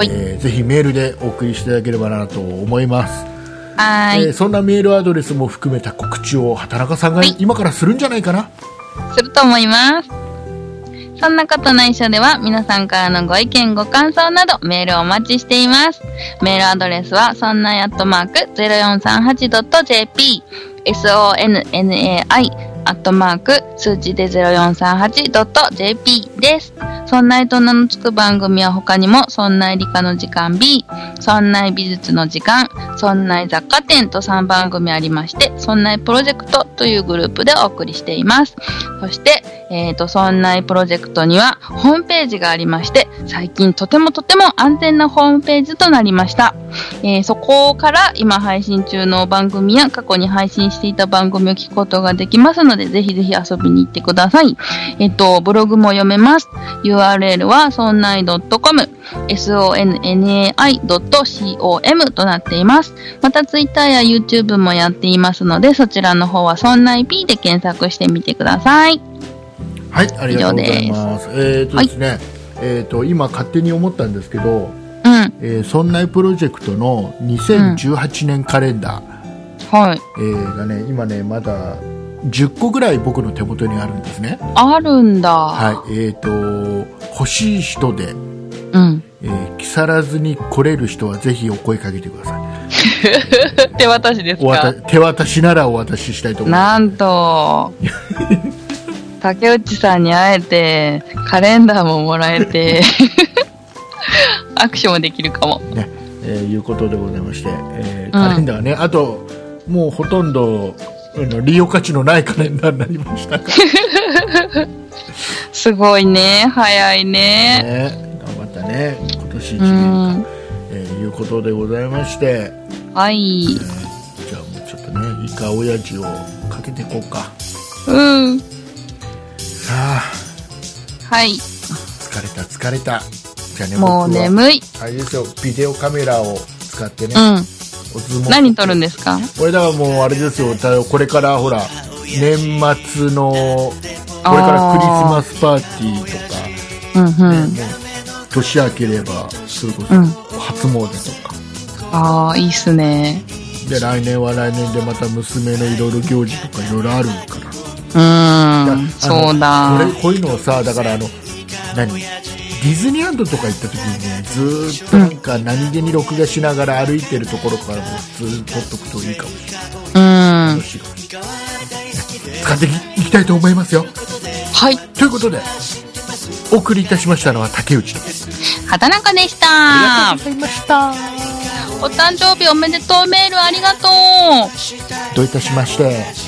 [SPEAKER 1] い。
[SPEAKER 2] えーぜひメールでお送りしていただければなと思います、
[SPEAKER 1] は
[SPEAKER 2] え
[SPEAKER 1] ー
[SPEAKER 2] ー
[SPEAKER 1] い。
[SPEAKER 2] そんなメールアドレスも含めた告知を畑中さんが
[SPEAKER 1] はい
[SPEAKER 2] 今からするんじゃないかな、
[SPEAKER 1] すると思います。そんなことないっしょでは皆さんからのご意見ご感想などメールをお待ちしています。メールアドレスはそんないアットマーク 0438.jp sonnai アットマーク数字で 0438.jp です。そんないと名のつく番組は他にもそんない理科の時間 B そんない美術の時間そんない雑貨店と3番組ありましてそんないプロジェクトというグループでお送りしています。そして、えー、と、そんないプロジェクトにはホームページがありまして、最近とてもとても安全なホームページとなりました。えーそこから今配信中の番組や過去に配信していた番組を聞くことができますので、ぜひぜひ遊びに行ってください。えっ、と、ブログも読めます。URL はそんない .com、sonnai.com となっています。また Twitter や YouTube もやっていますので、そちらの方はそんない P で検索してみてください。
[SPEAKER 2] はいありがとうございますえっ、とですね、えー、と今勝手に思ったんですけど
[SPEAKER 1] うん。
[SPEAKER 2] 「えー、そんないプロジェクト」の2018年カレンダー、
[SPEAKER 1] はい。
[SPEAKER 2] えーがね今ねまだ10個ぐらい僕の手元にあるんですね、
[SPEAKER 1] あるんだ。
[SPEAKER 2] はいえー、と欲しい人で、
[SPEAKER 1] うん。
[SPEAKER 2] えー木更津に来れる人はぜひお声かけてください
[SPEAKER 1] 手渡しです
[SPEAKER 2] お
[SPEAKER 1] か
[SPEAKER 2] 渡手渡しならお渡ししたいと思いま
[SPEAKER 1] なん と、竹内さんに会えて、カレンダーももらえて、 握手もできるかも。
[SPEAKER 2] すね、えーいうことでございまして、えー
[SPEAKER 1] ん
[SPEAKER 2] カレンダーはね、あともうほとんどあの利用価値のないカレンダーになりましたから
[SPEAKER 1] すごいね。早いね。
[SPEAKER 2] ね頑張ったね今年1
[SPEAKER 1] う
[SPEAKER 2] 年
[SPEAKER 1] ん。
[SPEAKER 2] えーいうことでございまして
[SPEAKER 1] はい。
[SPEAKER 2] じゃあもうちょっとねイカ親父をかけていこうか
[SPEAKER 1] うん。
[SPEAKER 2] さあ
[SPEAKER 1] はい。
[SPEAKER 2] 疲れた疲れたじゃあね
[SPEAKER 1] もう
[SPEAKER 2] 僕は
[SPEAKER 1] 眠い。
[SPEAKER 2] あれですよビデオカメラを使ってね、
[SPEAKER 1] うん。
[SPEAKER 2] お相撲
[SPEAKER 1] 何撮るんですか
[SPEAKER 2] これだからもうあれですよだこれからほら年末のこれからクリスマスパーティーとか、
[SPEAKER 1] うんうん。
[SPEAKER 2] ね年明ければそれこそ
[SPEAKER 1] うん
[SPEAKER 2] 初詣とか、
[SPEAKER 1] ああ、いいっすね。
[SPEAKER 2] で来年は来年でまた娘のいろいろ行事とかいろいろあるから
[SPEAKER 1] うん。
[SPEAKER 2] あの
[SPEAKER 1] そうだ。
[SPEAKER 2] これこういうのをさだからあの何ディズニーランドとか行った時にねずーっとなんか何気に録画しながら歩いてるところからもずーっと撮っとくといいかもしれな
[SPEAKER 1] う
[SPEAKER 2] い
[SPEAKER 1] ん。
[SPEAKER 2] 楽しいかもしれない使っていきたいと思いますよ
[SPEAKER 1] はい。
[SPEAKER 2] ということでお送りいたしましたのは竹内と
[SPEAKER 1] 畑中でした。
[SPEAKER 2] ありがとうございました
[SPEAKER 1] お誕生日おめでとうメールありがとう。
[SPEAKER 2] どういたしまして